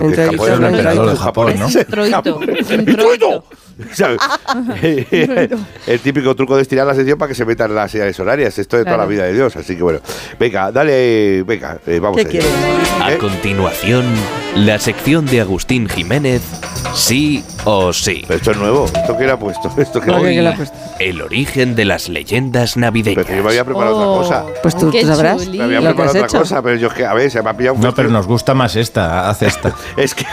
S4: que
S2: Un
S4: es
S2: troito,
S4: japonés,
S2: un
S4: ¿no?
S2: troito.
S4: Es japonés.
S3: Troito.
S4: ¿Sabes? El típico truco de estirar la sesión para que se metan las ideas horarias. Esto de toda
S2: Claro.
S4: la vida de Dios. Así que bueno. Venga, dale. Venga, eh, vamos
S2: ¿Qué
S4: allá.
S2: quieres?
S4: ¿Eh?
S8: A continuación, la sección de Agustín Jiménez, sí o oh, sí.
S4: Esto es nuevo, esto que era puesto, esto
S2: que- Lo que- que le ha puesto.
S8: El origen de las leyendas navideñas.
S4: Pero yo me había preparado
S2: Oh.
S4: otra cosa.
S2: Pues tú- Qué tú sabrás chulín.
S4: Me había
S2: lo que
S4: preparado
S2: has
S4: otra
S2: hecho.
S4: cosa, pero yo es que, a ver, se me ha pillado un
S7: No, pero nos gusta más esta, haz esta.
S4: Es que.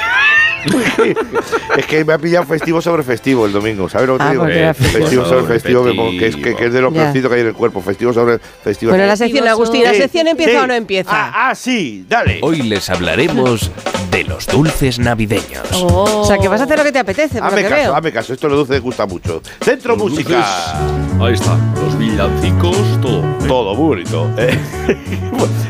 S4: es que me ha pillado festivo sobre festivo el domingo, ¿sabes lo que
S7: Ah,
S4: te digo?
S7: porque era
S4: festivo,
S7: festivo.
S4: sobre festivo, me pongo- que, es, que, que es de lo
S2: Ya.
S4: peorcito que hay en el cuerpo. Festivo sobre festivo.
S2: Bueno, la sección, Agustín, ¿la
S4: Sí,
S2: sección empieza
S4: sí.
S2: o no empieza?
S4: Ah, sí, dale.
S8: Hoy les hablaremos de los dulces navideños.
S2: O sea, que vas a hacer lo que te apetece, por lo
S4: Hazme
S2: que
S4: caso,
S2: veo.
S4: hazme caso, esto lo dulce gusta mucho. Centro
S5: Los
S4: Música.
S5: Ahí está, los villancicos, todo.
S4: Todo bonito. eh.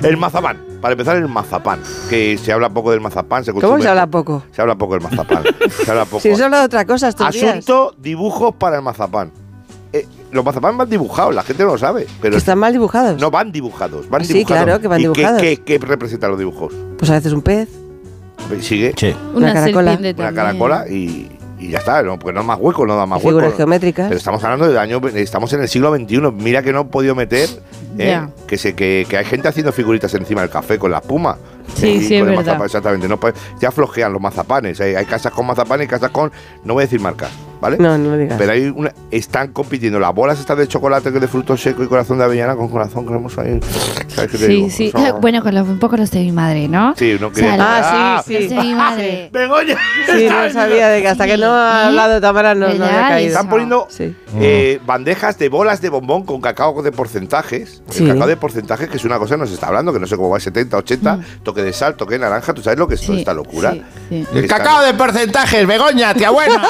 S4: el mazapán. Para empezar, el mazapán. Que se habla poco del mazapán. Se
S2: ¿Cómo
S4: consume-
S2: se habla poco?
S4: Se habla poco del mazapán. se habla poco.
S2: Si se habla de otra cosa estos días.
S4: Asunto dibujos para el mazapán. Eh, los mazapán van dibujados, la gente no lo sabe. Pero
S2: Que están mal dibujados. Ah,
S4: No, van dibujados. Van
S2: Sí,
S4: dibujados.
S2: claro, que van
S4: ¿Y qué-
S2: dibujados.
S4: ¿Qué, qué, representan los dibujos?
S2: Pues a veces un pez.
S4: ¿Sigue?
S2: Una Una caracola. serpiente
S4: Una
S2: también.
S4: caracola y, y ya está, no, porque no da más hueco, no da más
S2: Y figuras
S4: hueco.
S2: geométricas.
S4: Pero estamos hablando del año, estamos en el siglo XXI. Mira que no he podido meter eh,
S2: Ya.
S4: que, se, que, que hay gente haciendo figuritas encima del café con la espuma.
S3: Sí,
S4: Eh, y
S3: sí, es
S4: con el
S3: verdad.
S4: mazapán, exactamente. No, puede- ya flojean los mazapanes. Hay, hay casas con mazapanes y casas con. No voy a decir marcas, ¿vale?
S2: No, no lo digas.
S4: Pero hay una, están compitiendo. Las bolas están de chocolate, que de fruto seco y corazón de avellana con corazón cremoso ahí. ¿Sabes qué te digo?
S9: Sí, sí.
S4: Son-
S9: Bueno, con los, un poco los de mi madre, ¿no?
S4: Sí, no quería.
S9: Sal-
S2: Ah, sí, sí.
S9: Los de mi madre.
S4: Begoña.
S2: Sí, no sabía de que hasta que no ha hablado Tamara no, no había caído.
S4: Están poniendo
S2: Sí.
S4: eh, bandejas de bolas de bombón con cacao de porcentajes.
S2: Sí.
S4: El cacao de porcentajes, que es una cosa que nos está hablando, que no sé cómo va, 70,
S2: Mm.
S4: 80, toque de sal, toque de naranja. ¿Tú sabes lo que es toda esta locura?
S7: El cacao de porcentajes, Begoña, tía buena.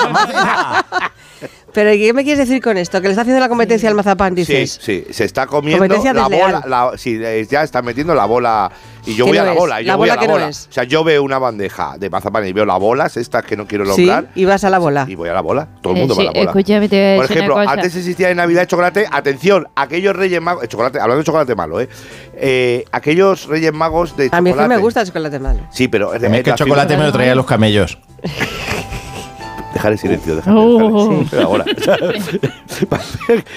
S2: Pero ¿y ¿qué me quieres decir con esto? Que le está haciendo la competencia al mazapán,
S4: Sí,
S2: dices.
S4: sí, se está comiendo
S2: Competencia
S4: la bola.
S2: desleal.
S4: la- sí, eh, ya está metiendo la bola. Y yo
S2: Que
S4: voy a
S2: no
S4: la
S2: es,
S4: bola. Yo
S2: la
S4: voy
S2: bola
S4: a la
S2: que no
S4: bola.
S2: es.
S4: o sea, yo veo una bandeja de mazapán y veo las bolas, estas que no quiero
S2: Sí,
S4: nombrar.
S2: y vas a la bola.
S4: Y voy a la bola. Todo el
S9: Eh,
S4: mundo
S9: sí,
S4: va a la bola.
S9: escúchame, te voy a
S4: Por
S9: decir
S4: ejemplo,
S9: una cosa.
S4: antes existía de Navidad de chocolate. Atención, aquellos Reyes Magos. eh, Chocolate, hablando de chocolate malo, ¿eh? Eh, Aquellos Reyes Magos de
S2: A mí es
S4: chocolate.
S2: que me gusta el chocolate malo.
S4: Sí, pero.
S7: A mí es que el chocolate me lo traía los camellos.
S4: Dejar el silencio, dejar
S2: Oh.
S4: ahora.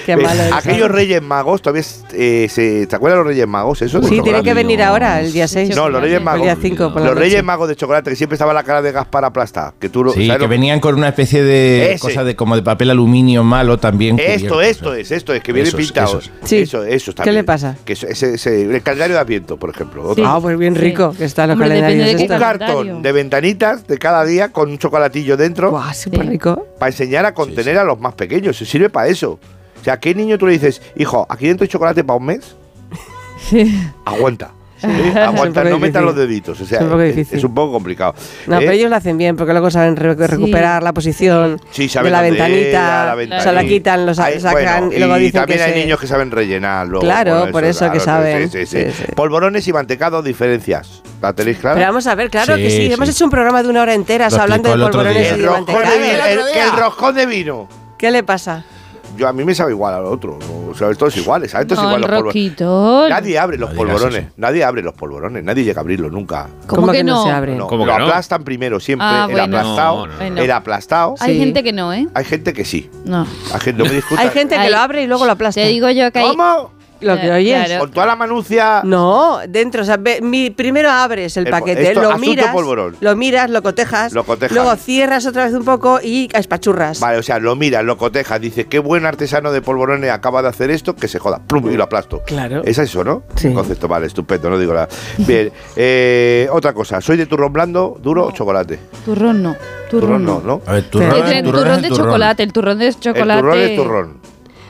S2: Qué malo eres.
S4: Aquellos Reyes Magos, todavía eh, se, ¿te acuerdas de los Reyes Magos? Eso de
S2: Sí, tienen
S4: chocolate?
S2: que venir ahora, el día 6.
S4: No, los Reyes Magos.
S2: El día 5 por la
S4: los
S2: noche.
S4: Reyes Magos de chocolate, que siempre estaba la cara de Gaspar aplasta. Que tú lo-
S7: Sí,
S4: ¿sabes
S7: que
S4: lo-
S7: venían con una especie de
S4: Ese.
S7: cosa de como de papel aluminio malo también.
S4: Esto,
S7: cubierto.
S4: esto es, esto es, que viene
S7: Esos,
S4: pintado.
S7: esos.
S2: Sí.
S4: Eso, eso
S2: ¿Qué
S4: también.
S2: le pasa?
S4: Que eso- ese- ese- el calendario de Adviento, por ejemplo. otro.
S2: Ah, pues bien rico que están los
S4: Hombre, depende
S2: calendarios.
S4: de qué
S2: estos.
S4: cartón. de ventanitas de cada día con un chocolatillo dentro.
S2: súper rico.
S4: Para enseñar a contener a los más pequeños. Se sirve para eso. O sea, ¿qué niño tú le dices, hijo, aquí dentro hay chocolate para un mes? Aguanta. ¿sí?
S2: Es un
S4: Aguanta,
S2: poco
S4: no metas
S2: difícil.
S4: los deditos. O sea,
S2: Es un poco
S4: es-
S2: difícil.
S4: es un poco complicado.
S2: No,
S4: ¿Eh?
S2: pero ellos lo hacen bien porque luego saben re- recuperar la posición
S4: Sí,
S2: de
S4: saben
S2: la
S4: dónde era,
S2: ventanita,
S4: la
S2: o sea, la
S4: ventanita.
S2: quitan, lo sa-
S4: Hay-
S2: sacan
S4: bueno,
S2: y luego dicen
S4: también
S2: que
S4: hay
S2: se-
S4: niños que saben rellenar luego,
S2: Claro, por eso que
S4: sí,
S2: saben.
S4: sí, sí. Polvorones y mantecados, diferencias. ¿La tenéis clara?
S2: Pero vamos a ver, claro que sí. Hemos hecho un programa de una hora entera
S4: Lo
S2: o sea, hablando de
S4: explicó el otro
S2: polvorones
S4: día.
S2: y
S4: El
S2: de
S4: roscón de vino, el-
S2: mantecadas.
S4: que el roscón de vino.
S2: ¿Qué le pasa?
S4: Yo, a mí me sabe igual al otro. O sea, todos iguales. ¿sabes? Todos
S9: No,
S4: igual
S9: el
S4: los polvorones.
S9: roquito.
S4: Nadie abre los
S7: digas
S4: polvorones. Nadie abre los polvorones. Nadie llega a abrirlos nunca.
S9: ¿Cómo ¿Cómo que que no no? se
S2: abren?
S4: ¿Cómo
S5: que
S4: lo
S5: no?
S4: aplastan primero siempre.
S9: Ah,
S4: el
S9: bueno.
S4: aplastado.
S9: No, no, no.
S4: El aplastado.
S9: Hay gente que no, ¿eh?
S4: Hay gente que sí.
S9: No.
S4: Hay gente- no me discutas.
S2: Hay gente que
S9: Ay.
S2: lo abre y luego lo aplasta.
S9: Te digo yo que hay...
S4: ¿Cómo?
S2: Lo que
S9: Eh,
S2: oyes.
S9: claro.
S4: Con toda la manucia.
S2: No, dentro. O sea, ve- mi- primero abres el,
S4: El po-
S2: paquete,
S4: esto,
S2: lo
S4: asunto
S2: miras,
S4: polvorón.
S2: lo miras, lo cotejas,
S4: Lo cotejas.
S2: luego cierras otra vez un poco y espachurras.
S4: Vale, o sea, lo mira, lo coteja, dice, qué buen artesano de polvorones acaba de hacer esto, que se joda, plum, y lo aplasto. Claro. Es eso, ¿no? El concepto, vale, estupendo, no digo nada. Bien, eh, otra cosa, ¿soy de turrón blando, duro o chocolate?
S3: Turrón no. Turrón,
S4: no, ¿no.
S7: A ver,
S3: El, turrón, de chocolate, el turrón de chocolate.
S4: El turrón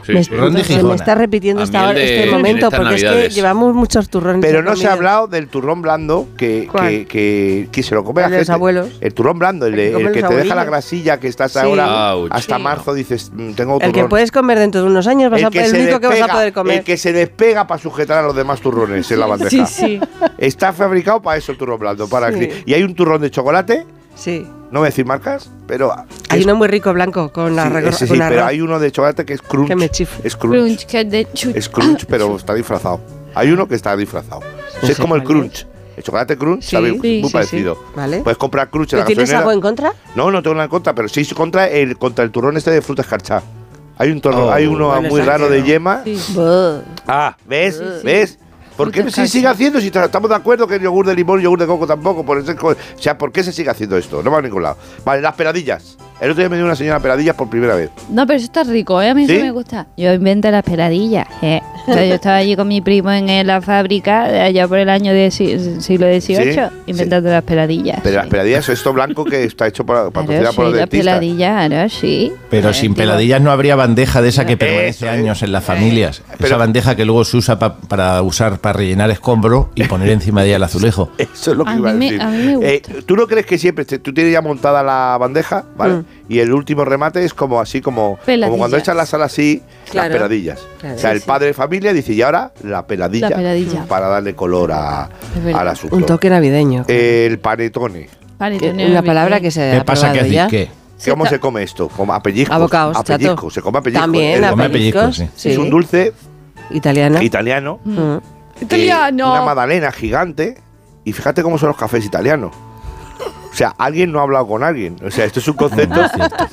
S4: es turrón.
S2: me, me está repitiendo
S4: A
S2: hasta
S4: mí el
S2: ahora-
S4: de-
S2: este
S4: el de
S2: momento
S4: estas
S2: porque es que
S4: navidades.
S2: llevamos muchos turrones.
S4: Pero no se ha
S2: comidos.
S4: hablado del turrón blando que,
S2: ¿Cuál?
S4: que, que, que se lo come la
S2: El de
S4: gente.
S2: los abuelos.
S4: El turrón blando, el,
S2: que
S4: de- el
S2: comen los
S4: que te deja la
S2: abuelitos.
S4: grasilla que estás
S2: Sí.
S4: ahora
S2: Ouch.
S4: hasta
S2: Sí.
S4: marzo, dices, "Mm, tengo turrón.
S2: El que puedes comer dentro de unos años vas
S4: El
S2: a,
S4: que
S2: el
S4: se
S2: único que vas a
S4: despega,
S2: poder comer.
S4: El que se despega para sujetar a los demás turrones en la bandeja.
S2: sí, sí.
S4: Está fabricado para eso el turrón blando. Para
S2: Sí.
S4: que- y hay un turrón de chocolate,
S2: Sí.
S4: no voy a decir marcas, pero
S2: Hay uno muy rico blanco con la
S4: sí,
S2: regor-
S4: ese sí,
S2: con arroz.
S4: pero hay uno de chocolate que es crunch.
S2: Que me chifla.
S4: Es crunch.
S3: Crunch, que de chu-
S4: Es crunch, pero está disfrazado. Hay uno que está disfrazado. es como el crunch. El chocolate crunch,
S2: Sí,
S4: ¿sabes?
S2: sí,
S4: Muy
S2: sí,
S4: parecido.
S2: sí. Vale.
S4: Puedes comprar crunch en
S2: ¿Pero
S4: la
S2: tienes
S4: gasolinera.
S2: algo en contra?
S4: No, no tengo nada en contra, pero sí contra el, contra el turrón este de fruta escarchá. Hay un torno,
S10: Oh.
S4: hay uno
S10: Bueno,
S4: muy
S10: esa
S4: raro
S10: que
S4: de
S10: no.
S4: yema. Ah, ¿ves? ¿Ves? ¿Por qué se sigue haciendo si tra- estamos de acuerdo que el yogur de limón y yogur de coco tampoco? Por eso, o sea, ¿por qué se sigue haciendo esto? No va a ningún lado. Vale, las peladillas. El otro día me dio una señora peladillas por primera vez.
S5: No, pero eso está rico, ¿eh? A mí
S4: ¿Sí?
S5: eso me gusta. Yo invento las peladillas. ¿eh? O sea, yo estaba allí con mi primo en eh, la fábrica, eh, allá por el año de si- siglo XVIII,
S4: Sí,
S5: inventando las peladillas.
S4: Pero las peladillas, esto blanco que está hecho para, para
S5: Claro,
S4: cocinar por
S5: sí,
S4: los
S5: las
S4: dentistas.
S5: peladillas, ahora sí.
S6: Pero sin peladillas no habría bandeja de esa que permanece años
S4: Eh,
S6: en las familias. esa bandeja que luego se usa pa- para usar para rellenar escombro y poner encima de ella el azulejo.
S4: Eso es lo que
S6: Ah, A
S4: iba a
S6: mí me-
S4: decir.
S6: a mí me gusta.
S4: Eh, ¿Tú no crees que siempre te- tú tienes ya montada la bandeja, ¿vale?
S6: Mm.
S4: Y el último remate es como así, como, como
S5: Peladillas.
S4: cuando echas la sal así,
S5: Claro.
S4: las peladillas.
S5: Claro.
S4: o sea,
S5: Sí,
S4: el padre de familia dice, y ahora la peladilla. Mm.
S5: La peladilla.
S4: Para darle color a,
S2: Es verdad.
S4: al asunto.
S2: Un toque navideño.
S4: El panetone.
S2: Una palabra que se ha probado ya.
S4: ¿Qué- ¿Cómo se come esto? Como a pellizcos.
S2: A bocados,
S4: a
S2: chato.
S4: pellizcos, Se come a pellizcos.
S2: También
S4: Es-
S2: a Come a pellizcos, pellizcos, sí.
S4: Es un
S2: sí.
S4: dulce
S2: Italiano.
S4: italiano.
S2: Mm.
S4: que- Una magdalena gigante. Y fíjate cómo son los cafés italianos. O sea, alguien no ha hablado con alguien. O sea, esto es un concepto.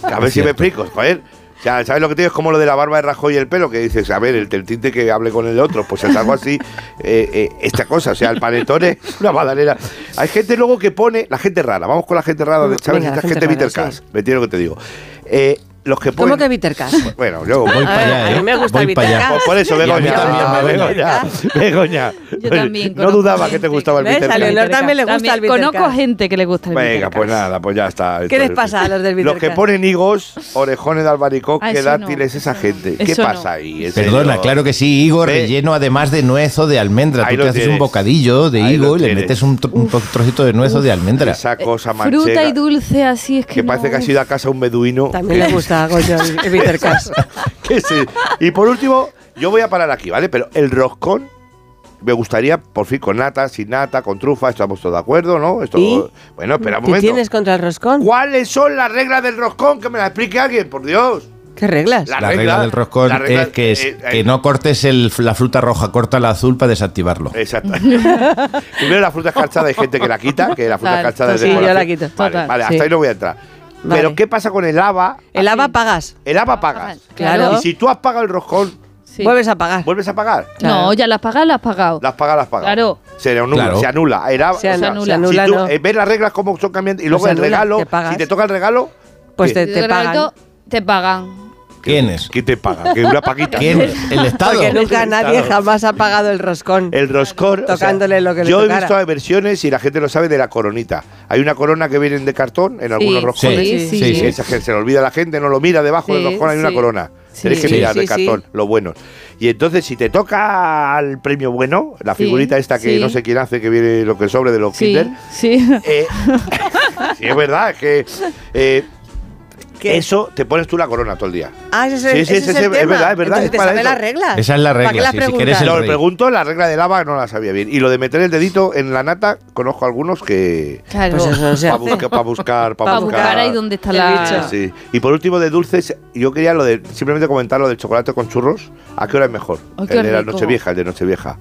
S4: a ver si me explico, joder. O sea, ¿sabes lo que te digo? Es como lo de la barba de Rajoy y el pelo, que dices, a ver, el, el tinte que hable con el otro, pues es algo así, eh, eh, esta cosa, o sea, el panetone, una magdalena. Hay gente luego que pone, la gente rara, vamos con la gente rara, de- ¿sabes?
S2: Venga, la
S4: Esta
S2: gente
S4: gente
S2: rara,
S4: Bittercast, me entiendes lo que te digo. Eh, los que ponen,
S2: ¿Cómo que Vitercas?
S4: Bueno, yo
S2: Voy para allá, A mí ¿eh? me gusta Voy el para allá. Vitercas.
S4: Pues por eso,
S2: Y a mí
S4: Begoña.
S2: también me
S4: Begoña. Begoña.
S3: también
S4: No
S3: conozco
S4: dudaba que te gustaba el
S2: ¿Ves? A
S4: Vitercast.
S2: Leonor también le gusta el Vitercas.
S3: Conozco gente que le gusta el
S4: Venga,
S3: Vitercas.
S4: pues nada, pues ya está.
S2: ¿Qué les pasa a los del
S4: Los que
S2: Vitercas?
S4: ponen higos, orejones de
S2: Ah,
S4: albaricoque,
S2: eso no,
S4: dátiles, esa gente. ¿Qué
S2: Eso no.
S4: pasa ahí? En serio.
S6: Perdona, claro que sí, higo relleno además de nuez o de almendra.
S4: Ahí
S6: Tú
S4: lo
S6: te haces
S4: tienes.
S6: un bocadillo de
S4: Ahí lo
S6: higo y le
S4: tienes.
S6: metes un, tro- un to- trocito de nuez o de almendra.
S4: Esa cosa manchega.
S3: Fruta y dulce, así es que.
S4: que parece que ha sido a casa un beduino.
S2: También le gusta a Goyo el- el Vitercas.
S4: Que sí. Y por último, yo voy a parar aquí, ¿vale? Pero el roscón me gustaría, por fin, con nata, sin nata, con trufa, estamos todos de acuerdo, ¿no? Esto,
S2: ¿Y?
S4: Bueno, espera un
S2: ¿Qué
S4: momento.
S2: tienes contra el roscón?
S4: ¿Cuáles son las reglas del roscón? Que me las explique alguien, por Dios.
S2: ¿Qué reglas?
S4: La
S6: La regla del roscón
S4: la regla-
S6: es que, es-
S4: eh,
S6: que no cortes el- la fruta roja, corta la azul para desactivarlo.
S4: Exacto. Primero la fruta escarchada, hay gente que la quita, que la fruta
S2: Total,
S4: escarchada es
S2: sí, yo
S4: decoración.
S2: la quito,
S4: Vale,
S2: total,
S4: vale,
S2: sí.
S4: hasta ahí no voy a entrar. Pero ¿qué pasa con el haba?
S2: El haba pagas.
S4: El haba pagas.
S2: Claro.
S4: Y si tú has pagado el roscón,
S2: Vuelves a pagar.
S4: ¿Vuelves a pagar?
S3: No, ya las pagas, las has pagado.
S4: Las pagas, las pagas.
S3: Claro.
S4: Se anula,
S6: Claro.
S4: se anula. El haba-
S3: Se
S4: o sea,
S3: anula. Se anula,
S4: si tú,
S3: no.
S4: eh, ves las reglas cómo son cambiando y
S3: No
S4: luego
S3: se
S4: el
S3: anula,
S4: regalo,
S3: te pagas.
S4: si te toca el regalo,
S2: pues
S4: ¿qué?
S3: De regalo, Te pagan.
S6: ¿Quién es?
S4: ¿Quién te paga? Que una paquita.
S6: ¿Quién? El Estado.
S2: Porque nunca
S4: El
S2: nadie
S4: Estado.
S2: jamás ha pagado el roscón.
S4: El roscón. o sea,
S2: Tocándole lo que le
S4: Yo he
S2: tocara.
S4: visto versiones, y la gente lo sabe, de la coronita. Hay una corona que vienen de cartón en algunos
S2: Sí,
S4: roscones.
S2: sí, sí, sí.
S4: Esa que se le olvida a la gente, no lo mira, debajo del
S2: Sí,
S4: roscón hay
S2: sí.
S4: una corona.
S2: Sí.
S4: Tenéis que
S2: Sí,
S4: mirar
S2: sí,
S4: de
S2: sí.
S4: cartón, lo bueno. Y entonces, si te toca el premio bueno, la
S3: Sí,
S4: figurita esta que
S3: sí.
S4: no sé quién hace, que viene lo que sobre de los
S3: Sí,
S4: kinder, Eh,
S3: sí.
S4: sí, es verdad, es que... eh, Eso te pones tú la corona todo el día.
S2: Ah, ese es el- ese es el
S4: es
S2: tema.
S4: verdad, es verdad.
S2: Entonces,
S4: es
S2: ¿te
S4: para
S2: sabes
S4: eso.
S2: las reglas? Esa es la ¿Para regla, qué las sí, si preguntas? quieres el
S4: No,
S2: rey.
S4: pregunto, la regla de lava no la sabía bien. Y lo de meter el dedito en la nata, conozco algunos que.
S3: Claro. Pues eso no se
S4: Para
S3: hace.
S4: buscar, para buscar. Para
S3: Para buscar ahí donde está la.
S4: Sí. Y por último, de dulces, yo quería lo de, simplemente comentar lo del chocolate con churros. ¿A qué hora es mejor?
S3: Ay,
S4: el
S3: qué
S4: de la
S3: rico.
S4: Nochevieja, el de Nochevieja.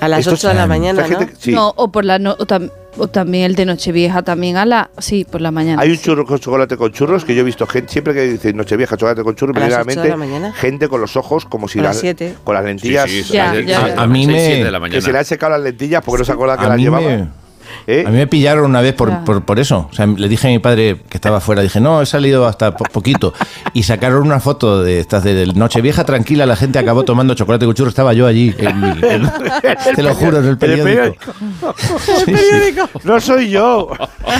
S2: A las
S4: Esto
S2: 8 de la
S4: es-
S2: mañana,
S4: esta gente
S2: ¿no?
S4: que- sí.
S3: No, o por la no- o, tam- o también el de Nochevieja, también a la. Sí, por la mañana.
S4: Hay un churro con chocolate con churros que yo he visto gente siempre que dice Nochevieja, chocolate con churros,
S3: ¿A las ocho de
S4: primeramente
S3: la mañana?
S4: gente con los ojos como si
S2: A las
S4: las-
S2: siete.
S4: con las lentillas.
S24: Sí, sí, Ya, sí, ya, ya.
S6: A mí me-
S4: que se le han secado las lentillas porque no se acuerda que
S6: A
S4: las
S6: mí,
S4: llevaba. ¿Eh?
S6: me, a mí me pillaron una vez por, por, por eso. O sea, le dije a mi padre que estaba fuera, dije, no, he salido hasta po- poquito. Y sacaron una foto de estas de Nochevieja tranquila, la gente acabó tomando chocolate con churros, estaba yo allí. en mi- en- te lo juro, en el periódico.
S4: El periódico. No soy yo.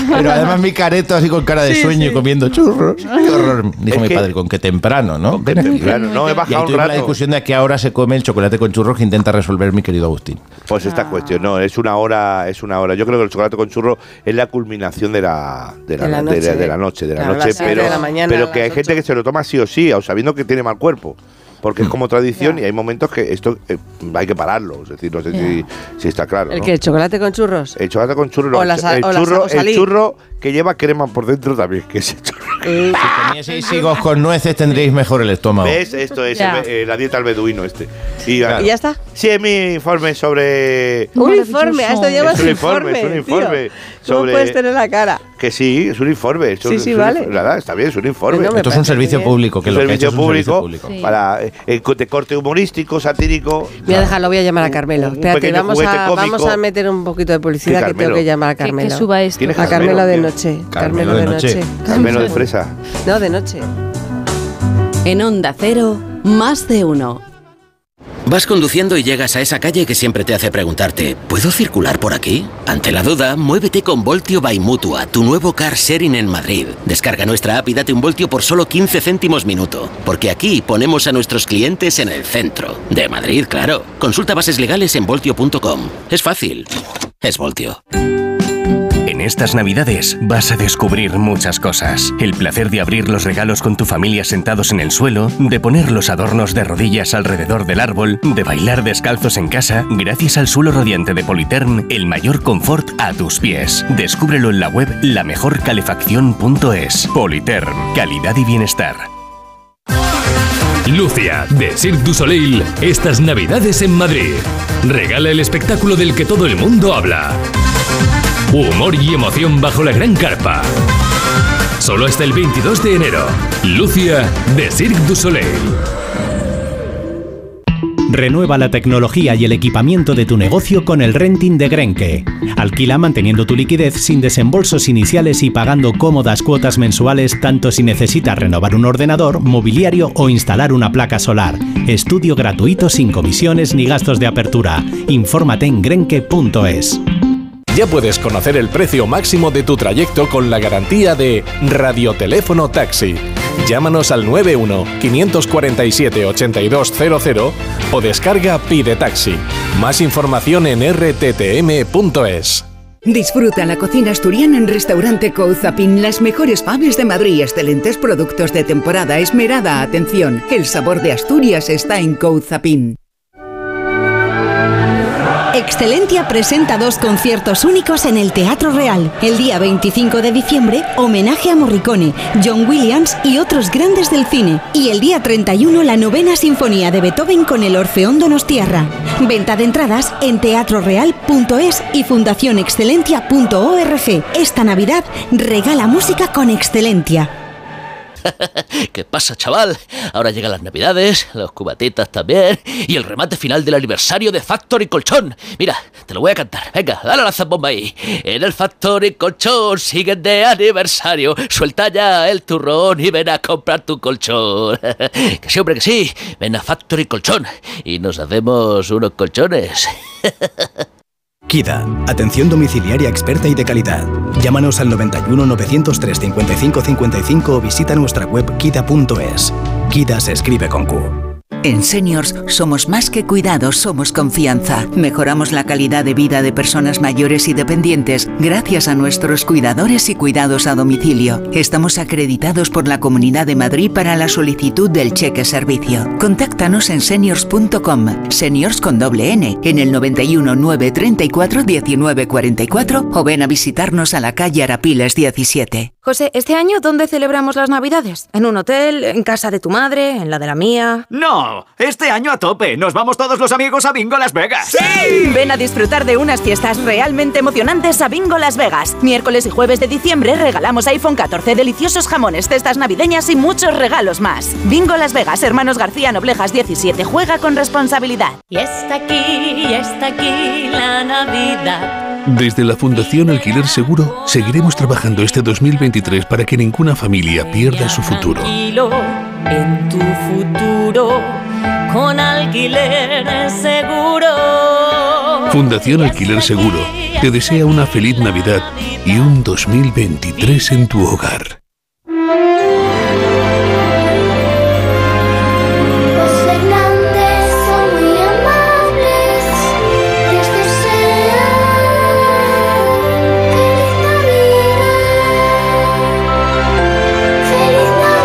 S6: Pero además mi careto así con cara de
S4: Sí,
S6: sueño comiendo churros. Qué horror. Dijo
S4: Es
S6: mi
S4: que-
S6: padre, con que temprano, ¿no? Ven aquí.
S4: temprano, no, he bajado
S6: y ahí
S4: un
S6: tuvimos la
S4: rato.
S6: discusión de a qué hora se come el chocolate con churros que intenta resolver mi querido Agustín.
S4: Pues esta cuestión, no, es una hora, es una hora. Yo creo que el chocolate con churro es la culminación de la, de la,
S2: De la
S4: de la-
S2: noche.
S4: de la noche, de la
S2: Claro, a
S4: noche,
S2: las siete
S4: pero,
S2: de la mañana,
S4: pero
S2: a
S4: que hay gente que se lo toma sí o sí, o sabiendo que tiene mal cuerpo. porque es como tradición y hay momentos que esto eh, hay que pararlo. Es decir, no sé si, si está claro.
S2: ¿El
S4: ¿no?
S2: que ¿El chocolate con churros?
S4: El chocolate con churro, no,
S2: O
S4: el
S2: la
S4: ch-
S2: sa-
S4: el,
S2: o la
S4: churro
S2: sa- o
S4: el
S2: salí.
S4: churro que lleva crema por dentro también, que es el churro.
S2: Eh.
S6: Si higos con nueces tendréis mejor el estómago.
S4: ¿Ves? Esto es
S2: Ya.
S4: el- eh, la dieta al beduino este. Y, ah,
S2: ¿Y ya está?
S4: Sí, es mi informe sobre...
S2: Un informe, a esto llamas
S4: Es un informe,
S2: informe.
S4: es un
S2: tío.
S4: informe
S2: ¿Cómo
S4: sobre-
S2: puedes tener la cara?
S4: Que sí, es un informe. es un-
S2: Sí, sí,
S4: es un
S2: vale.
S4: inf- Nada, está bien, es un informe.
S2: Pues no me Esto es un parece servicio bien. público, que
S4: Un
S6: lo que ha hecho
S4: servicio
S6: es un servicio
S4: público,
S6: público. Sí.
S4: para eh, eh, de corte humorístico, satírico.
S2: Voy a dejarlo, voy a llamar a Carmelo. Espérate,
S4: pequeño
S2: vamos
S4: juguete
S2: a,
S4: cómico.
S2: vamos a meter un poquito de publicidad
S4: ¿Qué
S2: que tengo
S4: Carmelo?
S2: que llamar a
S4: Que- que
S2: Carmelo.
S4: suba esto. ¿Tienes
S2: A
S4: Carmelo?
S2: Carmelo de
S4: Bien.
S2: noche.
S4: Carmelo
S2: Carmelo
S4: de
S2: de
S4: noche.
S2: noche.
S4: Carmelo de fresa.
S2: No, de noche.
S25: En Onda Cero, más de uno.
S26: Vas conduciendo y llegas a esa calle que siempre te hace preguntarte, ¿puedo circular por aquí? Ante la duda, muévete con Voltio by Mutua, tu nuevo car sharing en Madrid. Descarga nuestra app y date un Voltio por solo 15 céntimos minuto, porque aquí ponemos a nuestros clientes en el centro. De Madrid, claro. Consulta bases legales en voltio.com. Es fácil. Es Voltio.
S11: En estas navidades vas a descubrir muchas cosas. El placer de abrir los regalos con tu familia sentados en el suelo, de poner los adornos de rodillas alrededor del árbol, de bailar descalzos en casa, gracias al suelo radiante de Politerm, el mayor confort a tus pies. Descúbrelo en la web lamejorcalefacción.es. Politerm, calidad y bienestar.
S27: Lucia, de Cirque du Soleil, estas Navidades en Madrid. Regala el espectáculo del que todo el mundo habla. Humor y emoción bajo la gran carpa. Solo hasta el 22 de enero. Lucia, de Cirque du Soleil.
S28: Renueva la tecnología y el equipamiento de tu negocio con el renting de Grenke. Alquila manteniendo tu liquidez sin desembolsos iniciales y pagando cómodas cuotas mensuales tanto si necesitas renovar un ordenador, mobiliario o instalar una placa solar. Estudio gratuito sin comisiones ni gastos de apertura. Infórmate en grenke.es.
S29: Ya puedes conocer el precio máximo de tu trayecto con la garantía de Radioteléfono Taxi. Llámanos al 91-547-8200 o descarga Pide Taxi. Más información en rttm.es.
S28: Disfruta la cocina asturiana en Restaurante Couzapin, las mejores faves de Madrid, excelentes productos de temporada, esmerada atención. El sabor de Asturias está en Couzapin.
S1: Excelencia presenta dos conciertos únicos en el Teatro Real. El día 25 de diciembre, homenaje a Morricone, John Williams y otros grandes del cine. Y el día 31, la novena sinfonía de Beethoven con el Orfeón Donostierra. Venta de entradas en teatroreal.es y fundacionexcelencia.org. Esta Navidad regala música con excelencia.
S30: ¿Qué pasa, chaval? Ahora llegan las navidades, los cubatitas también y el remate final del aniversario de Factory Colchón. Mira, te lo voy a cantar. Venga, dale a la zambomba ahí. En el Factory Colchón siguen de aniversario. Suelta ya el turrón y ven a comprar tu colchón. que sí, hombre, que sí. Ven a Factory Colchón y nos hacemos unos colchones.
S31: KIDA, atención domiciliaria experta y de calidad. Llámanos al 91 903 55 55 o visita nuestra web kida.es. KIDA se escribe con Q.
S28: En Seniors somos más que cuidados, somos confianza. Mejoramos la calidad de vida de personas mayores y dependientes gracias a nuestros cuidadores y cuidados a domicilio. Estamos acreditados por la Comunidad de Madrid para la solicitud del cheque servicio. Contáctanos en seniors.com, seniors con doble N, en el 91 934 1944 o ven a visitarnos a la calle Arapiles 17.
S32: José, ¿este año dónde celebramos las Navidades? ¿En un hotel? ¿En casa de tu madre? ¿En la de la mía?
S33: ¡No! Este año a tope. Nos vamos todos los amigos a Bingo Las Vegas.
S32: Ven a disfrutar de unas fiestas realmente emocionantes a Bingo Las Vegas. Miércoles y jueves de diciembre regalamos iPhone 14, deliciosos jamones, cestas navideñas y muchos regalos más. Bingo Las Vegas, Hermanos García Noblejas 17, juega con responsabilidad. Y está aquí, y está aquí la Navidad.
S33: Desde la Fundación Alquiler Seguro seguiremos trabajando este 2023 para que ninguna familia pierda su futuro.
S32: Tranquilo en tu futuro con alquiler seguro.
S33: Fundación Alquiler Seguro te desea una feliz Navidad y un 2023 en tu hogar.
S22: Los Hernández son muy amables, les desean feliz Navidad, feliz Navidad.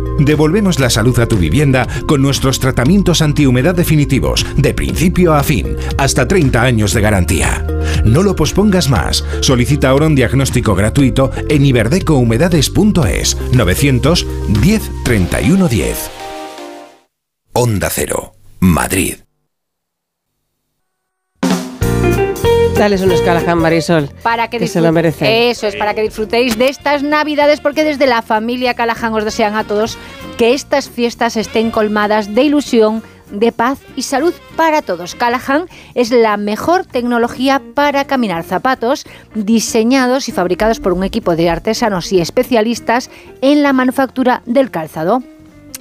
S18: Devolvemos la salud a tu vivienda con nuestros tratamientos antihumedad definitivos, de principio a fin, hasta 30 años de garantía. No lo pospongas más. Solicita ahora un diagnóstico gratuito en iberdecohumedades.es 900 10 31 10. Onda Cero, Madrid.
S2: Dale un Escalaján, Marisol.
S34: Para que,
S2: se lo
S34: disfrut-
S2: merecen.
S34: Eso es, para que disfrutéis de estas Navidades, porque desde la familia Callahan os desean a todos que estas fiestas estén colmadas de ilusión, de paz y salud para todos. Callahan es la mejor tecnología para caminar zapatos diseñados y fabricados por un equipo de artesanos y especialistas en la manufactura del calzado.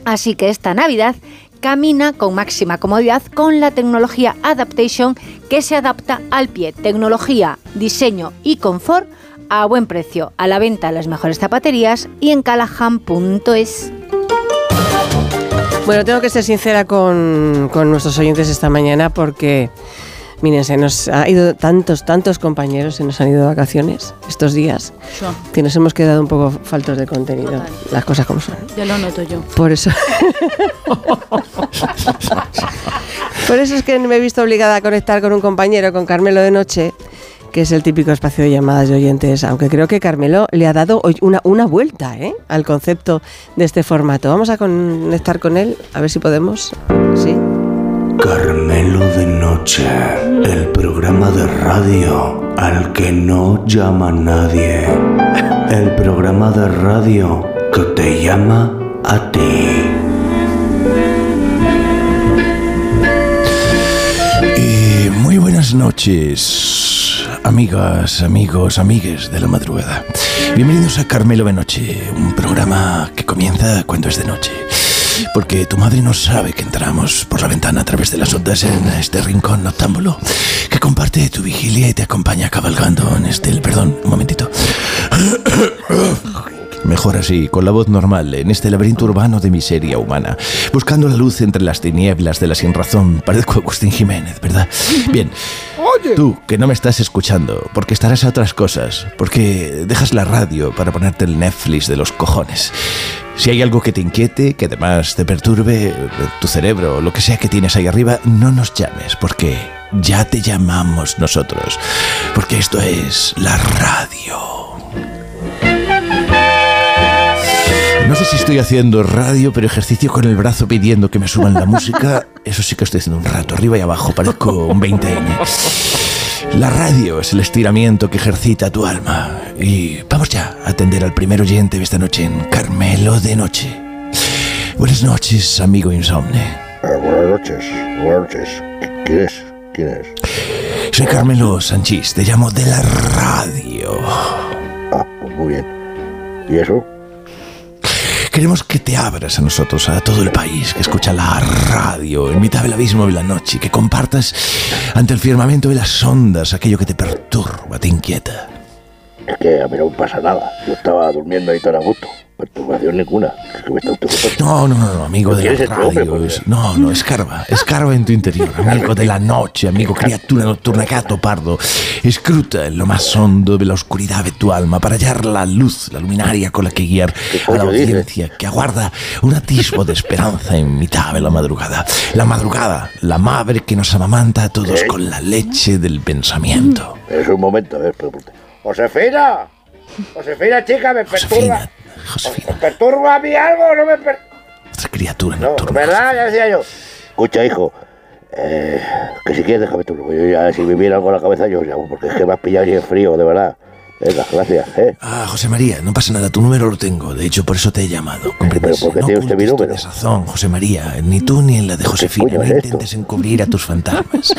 S34: Así que esta Navidad camina con máxima comodidad con la tecnología Adaptation que se adapta al pie. Tecnología, diseño y confort a buen precio. A la venta en las mejores zapaterías y en calahan.es.
S2: Bueno, tengo que ser sincera con, con nuestros oyentes esta mañana porque, miren, se nos ha ido tantos, tantos compañeros, se nos han ido de vacaciones estos días,
S3: Yo.
S2: que nos hemos quedado un poco faltos de contenido, las cosas como son.
S3: Ya lo noto yo.
S2: Por eso. Por eso es que me he visto obligada a conectar con un compañero, con Carmelo de Noche, que es el típico espacio de llamadas de oyentes, aunque creo que Carmelo le ha dado hoy una, una vuelta ¿eh? al concepto de este formato. Vamos a conectar con él, a ver si podemos. Sí.
S35: Carmelo de Noche, el programa de radio al que no llama nadie. El programa de radio que te llama a ti.
S6: Eh, muy buenas noches, amigas, amigos, amigues de la madrugada. Bienvenidos a Carmelo de Noche, un programa que comienza cuando es de noche. Porque tu madre no sabe que entramos por la ventana a través de las ondas en este rincón noctámbulo que comparte tu vigilia y te acompaña cabalgando en este... Perdón, un momentito.
S36: Mejor así, con la voz normal, en este laberinto urbano de miseria humana, buscando la luz entre las tinieblas de la sinrazón. Parezco Agustín Jiménez, ¿verdad? Bien. Tú, que no me estás escuchando, porque estarás a otras cosas, porque dejas la radio para ponerte el Netflix de los cojones. Si hay algo que te inquiete, que además te perturbe, eh, tu cerebro, o lo que sea que tienes ahí arriba, no nos llames, porque ya te llamamos nosotros. Porque esto es la radio.
S6: No sé si estoy haciendo radio, pero ejercicio con el brazo pidiendo que me suban la música. Eso sí que estoy haciendo un rato, arriba y abajo, parezco un 20N. La radio es el estiramiento que ejercita tu alma. Y vamos ya a atender al primer oyente de esta noche en Carmelo de Noche. Buenas noches, amigo insomne.
S4: Ah, buenas noches, buenas noches. ¿Qui- ¿Quién es? ¿Quién es?
S6: Soy Carmelo Sanchís, te llamo de la radio.
S4: Pues muy bien. ¿Y eso?
S6: Queremos que te abras a nosotros, a todo el país, que escucha la radio en mitad del abismo de la noche, que compartas ante el firmamento de las ondas aquello que te perturba, te inquieta.
S4: Es que a mí no me pasa nada. Yo estaba durmiendo ahí tan a gusto. Perturbación ninguna. Es que me está usted contando.
S6: No, no, no, no, amigo de
S4: pues, ¿Quieres
S6: la
S4: este hombre,
S6: radio. es- No, no, escarba, escarba en tu interior, amigo de la noche, amigo criatura nocturna, gato pardo. Escruta en lo más hondo de la oscuridad de tu alma para hallar la luz, la luminaria con la que guiar a la
S4: coño dices?
S6: audiencia que aguarda un atisbo de esperanza en mitad de la madrugada. La madrugada, la madre que nos amamanta a todos
S4: ¿Eh?
S6: con la leche del pensamiento.
S4: Es un momento, a ver, pero... ¡Josefina! ¡Josefina, chica, me perturba! ¿Me perturba a mí algo o no me perturba?
S6: criatura
S4: nocturna. ¿Verdad? Ya decía yo. Escucha, hijo. eh, que si quieres déjame tú, porque yo ya si me viene algo en la cabeza yo os llamo, porque es que me has pillado en frío, de verdad. Venga, gracias, ¿eh?
S6: Ah, José María, no pasa nada, tu número lo tengo. De hecho, por eso te he llamado. ¿Comprendes?
S4: ¿por qué
S6: no
S4: tiene usted mi
S6: ocultes tu
S4: número?
S6: desazón, José María, ni tú ni en la de Josefina. No intentes encubrir a tus fantasmas.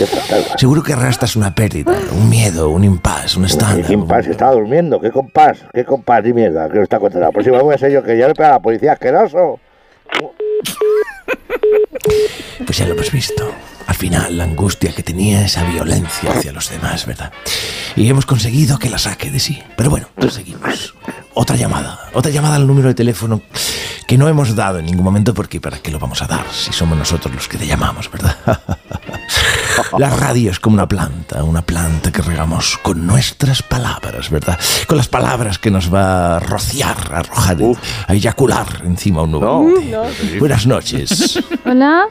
S6: Seguro que arrastras una pérdida, un mieado, un impasse, un estándar.
S4: ¿Qué compás? Estaba durmiendo. ¿Qué compás? ¿Qué compás? Ni mierda. Que no está contando. La próxima vez voy a ser yo que ya le pega a la policía. ¡Asqueroso!
S6: Pues ya lo hemos visto. Al final la angustia que tenía esa violencia hacia los demás, ¿verdad? Y hemos conseguido que la saque de sí. Pero bueno, seguimos. Otra llamada, otra llamada al número de teléfono que no hemos dado en ningún momento porque ¿para qué lo vamos a dar si somos nosotros los que te llamamos, ¿verdad? La radio es como una planta, una planta que regamos con nuestras palabras, ¿verdad? Con las palabras que nos va a rociar, a arrojar, a eyacular encima un nuevo. Buenas noches.
S3: Hola.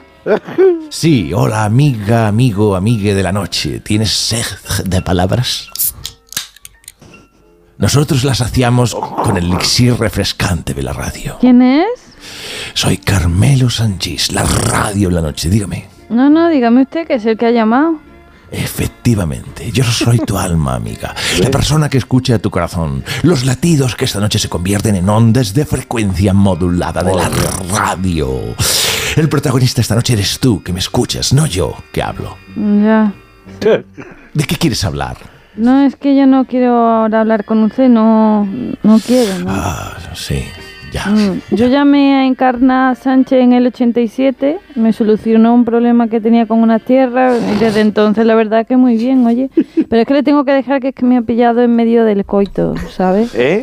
S6: Sí, hola amiga, amigo, amigue de la noche. ¿Tienes sed de palabras? Nosotros la saciamos con el elixir refrescante de la radio.
S3: ¿Quién es?
S6: Soy Carmelo Sanchís, la radio de la noche, dígame.
S3: No, no, dígame usted que es el que ha llamado.
S6: Efectivamente, yo soy tu alma, amiga. La persona que escucha tu corazón. Los latidos que esta noche se convierten en ondas de frecuencia modulada de la radio. El protagonista esta noche eres tú, que me escuchas, no yo, que hablo.
S3: Ya.
S6: ¿De qué quieres hablar?
S3: No, es que yo no quiero ahora hablar con usted, no, no quiero, ¿no?
S6: Ah, sí.
S3: Mm, Yo llamé a Encarna Sánchez en el 87, me solucionó un problema que tenía con unas tierras y desde entonces la verdad que muy bien, oye. Pero es que le tengo que dejar que es que me ha pillado en medio del coito, ¿sabes?
S6: ¿Eh?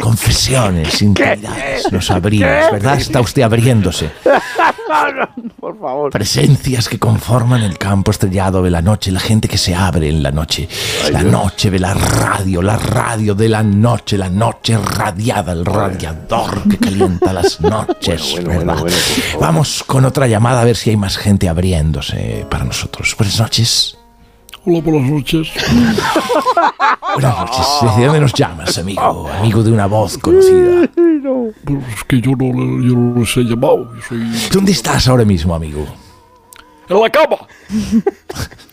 S6: Confesiones, intimidades, nos abrimos, ¿verdad? Está usted abriéndose.
S22: Por favor.
S6: Presencias que conforman el campo estrellado de la noche, la gente que se abre en la noche. La noche de la radio, la radio de la noche, la noche radiada, el radiador que calienta las noches, ¿verdad? Vamos con otra llamada a ver si hay más gente abriéndose para nosotros. Buenas noches.
S13: Hola, buenas noches.
S6: Buenas noches.
S13: Ah.
S6: ¿De dónde nos llamas, amigo? Amigo de una voz conocida.
S13: No. Pero es que yo no, le- yo no les he llamado. Yo soy...
S6: ¿Dónde estás ahora mismo, amigo?
S13: ¡En la cama!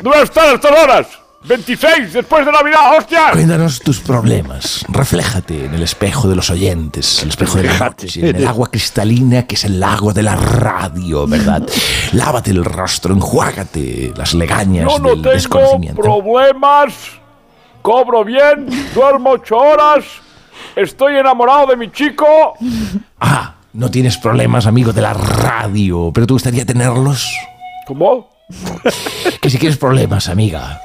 S4: ¿Dónde están estas horas? 26 después de Navidad, hostia.
S6: Cuéntanos tus problemas. Refléjate en el espejo de los oyentes, el espejo de la noche, en el agua cristalina que es el agua de la radio, ¿verdad? Lávate el rostro, enjuágate las legañas
S4: Yo no
S6: del
S4: tengo
S6: desconocimiento.
S4: problemas. Cobro bien, duermo ocho horas. Estoy enamorado de mi chico.
S6: Ah, no tienes problemas, amigo de la radio, pero te gustaría tenerlos.
S4: ¿Cómo?
S6: Que si quieres problemas, amiga.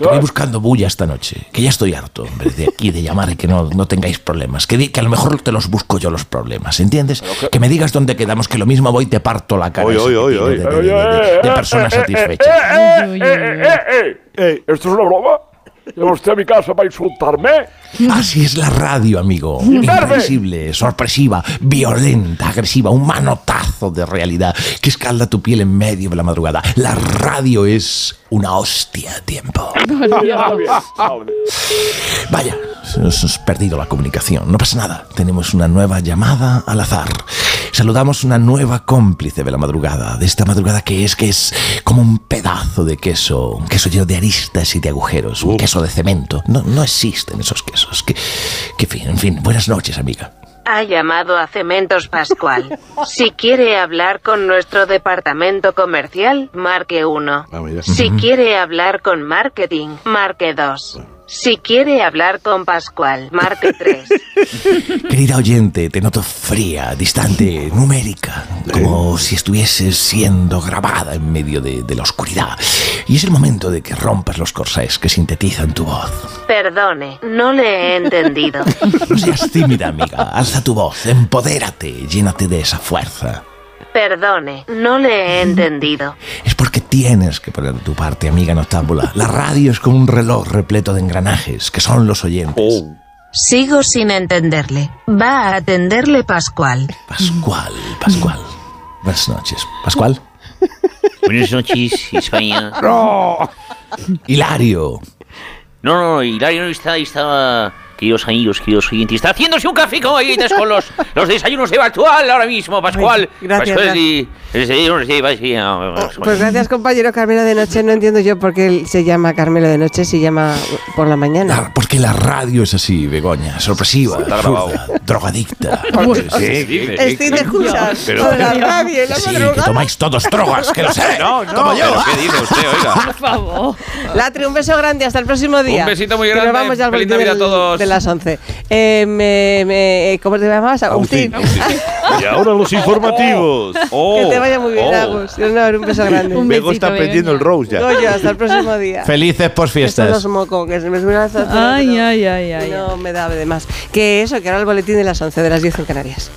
S6: Que voy buscando bulla esta noche. Que ya estoy harto, hombre, de aquí de llamar y que no, no tengáis problemas. Que, di- que a lo mejor te los busco yo los problemas, ¿entiendes? Que me digas dónde quedamos, que lo mismo voy y te parto la cara.
S4: Oye,
S6: esa
S4: oye,
S6: que
S4: oye,
S6: tiene
S4: oye.
S6: de- de- de- de- de- de persona satisfecha.
S4: Eh, eh, eh, eh, eh, eh. ¿Esto es una broma? ¿Lleva usted a mi casa para insultarme?
S6: Así es la radio, amigo.
S4: Tarde.
S6: Impredecible, sorpresiva, violenta, agresiva, un manotazo de realidad que escalda tu piel en medio de la madrugada. La radio es una hostia a tiempo. Vaya, nos hemos perdido la comunicación. No pasa nada. Tenemos una nueva llamada al azar. Saludamos una nueva cómplice de la madrugada, de esta madrugada que es que es como un pedazo de queso, un queso lleno de aristas y de agujeros, un queso de cemento. No, no existen esos quesos. Que, que fin, en fin, buenas noches, amiga.
S5: Ha llamado a Cementos Pascual. Si quiere hablar con nuestro departamento comercial, marque 1. Si quiere hablar con marketing, marque 2. Si quiere hablar con Pascual, marque 3.
S6: Querida oyente, te noto fría, distante, numérica, como si estuvieses siendo grabada en medio de, de la oscuridad. Y es el momento de que rompas los corsés que sintetizan tu voz.
S5: Perdone, no le he entendido.
S6: No seas tímida, amiga. Alza tu voz, empodérate, llénate de esa fuerza.
S5: Perdone, no le he entendido.
S6: Es porque tienes que poner de tu parte, amiga noctámbula. La radio es como un reloj repleto de engranajes, que son los oyentes.
S8: Oh.
S5: Sigo sin entenderle. Va a atenderle Pascual.
S6: Pascual, Pascual. Buenas noches. ¿Pascual?
S8: Buenas noches, España.
S6: Hilario.
S8: No, no, no, Hilario no está, estaba. Queridos amigos, queridos oyentes, está haciéndose un café con galletas con los, los desayunos de Batual ahora mismo, Pascual.
S2: Ay, gracias,
S8: Pascual, y- sí, no sé, va, sí, no,
S2: Pues gracias, compañero Carmelo de Noche. No entiendo yo por qué él se llama Carmelo de Noche si llama por la mañana.
S6: Porque la radio es así, Begoña. Sorpresiva,
S2: Está
S6: absurda, drogadicta.
S2: ¿Qué? ¿Qué? Estoy de juchas.
S6: Pero-
S2: Por la radio, la
S6: Sí, que
S2: madrugada.
S6: tomáis todos drogas, que lo sé.
S2: No, no,
S6: como yo.
S2: pero
S9: ¿Qué dice usted, oiga?
S2: Por favor. Latre, un beso grande. Hasta el próximo día.
S9: Un besito muy
S2: Que nos
S9: grande.
S2: vamos ya al
S9: Feliz
S2: boletín
S9: Navidad a
S2: del-
S9: todos.
S2: De las 11. Eh, me- me- ¿Cómo te llamabas? Agustín.
S6: Y ahora los informativos.
S2: Oh, que te vaya muy bien,
S6: oh.
S2: Agus. Un, abrazo, un eh. beso grande.
S6: Bego está perdiendo el rose ya.
S2: Goyo, hasta el próximo día.
S37: Felices por
S2: Son
S37: fiestas.
S2: los mocos, que se me suben las
S32: Ay, ay, ay,
S2: No me da de más. Que eso, que ahora el boletín de las 11 de las 10 en Canarias.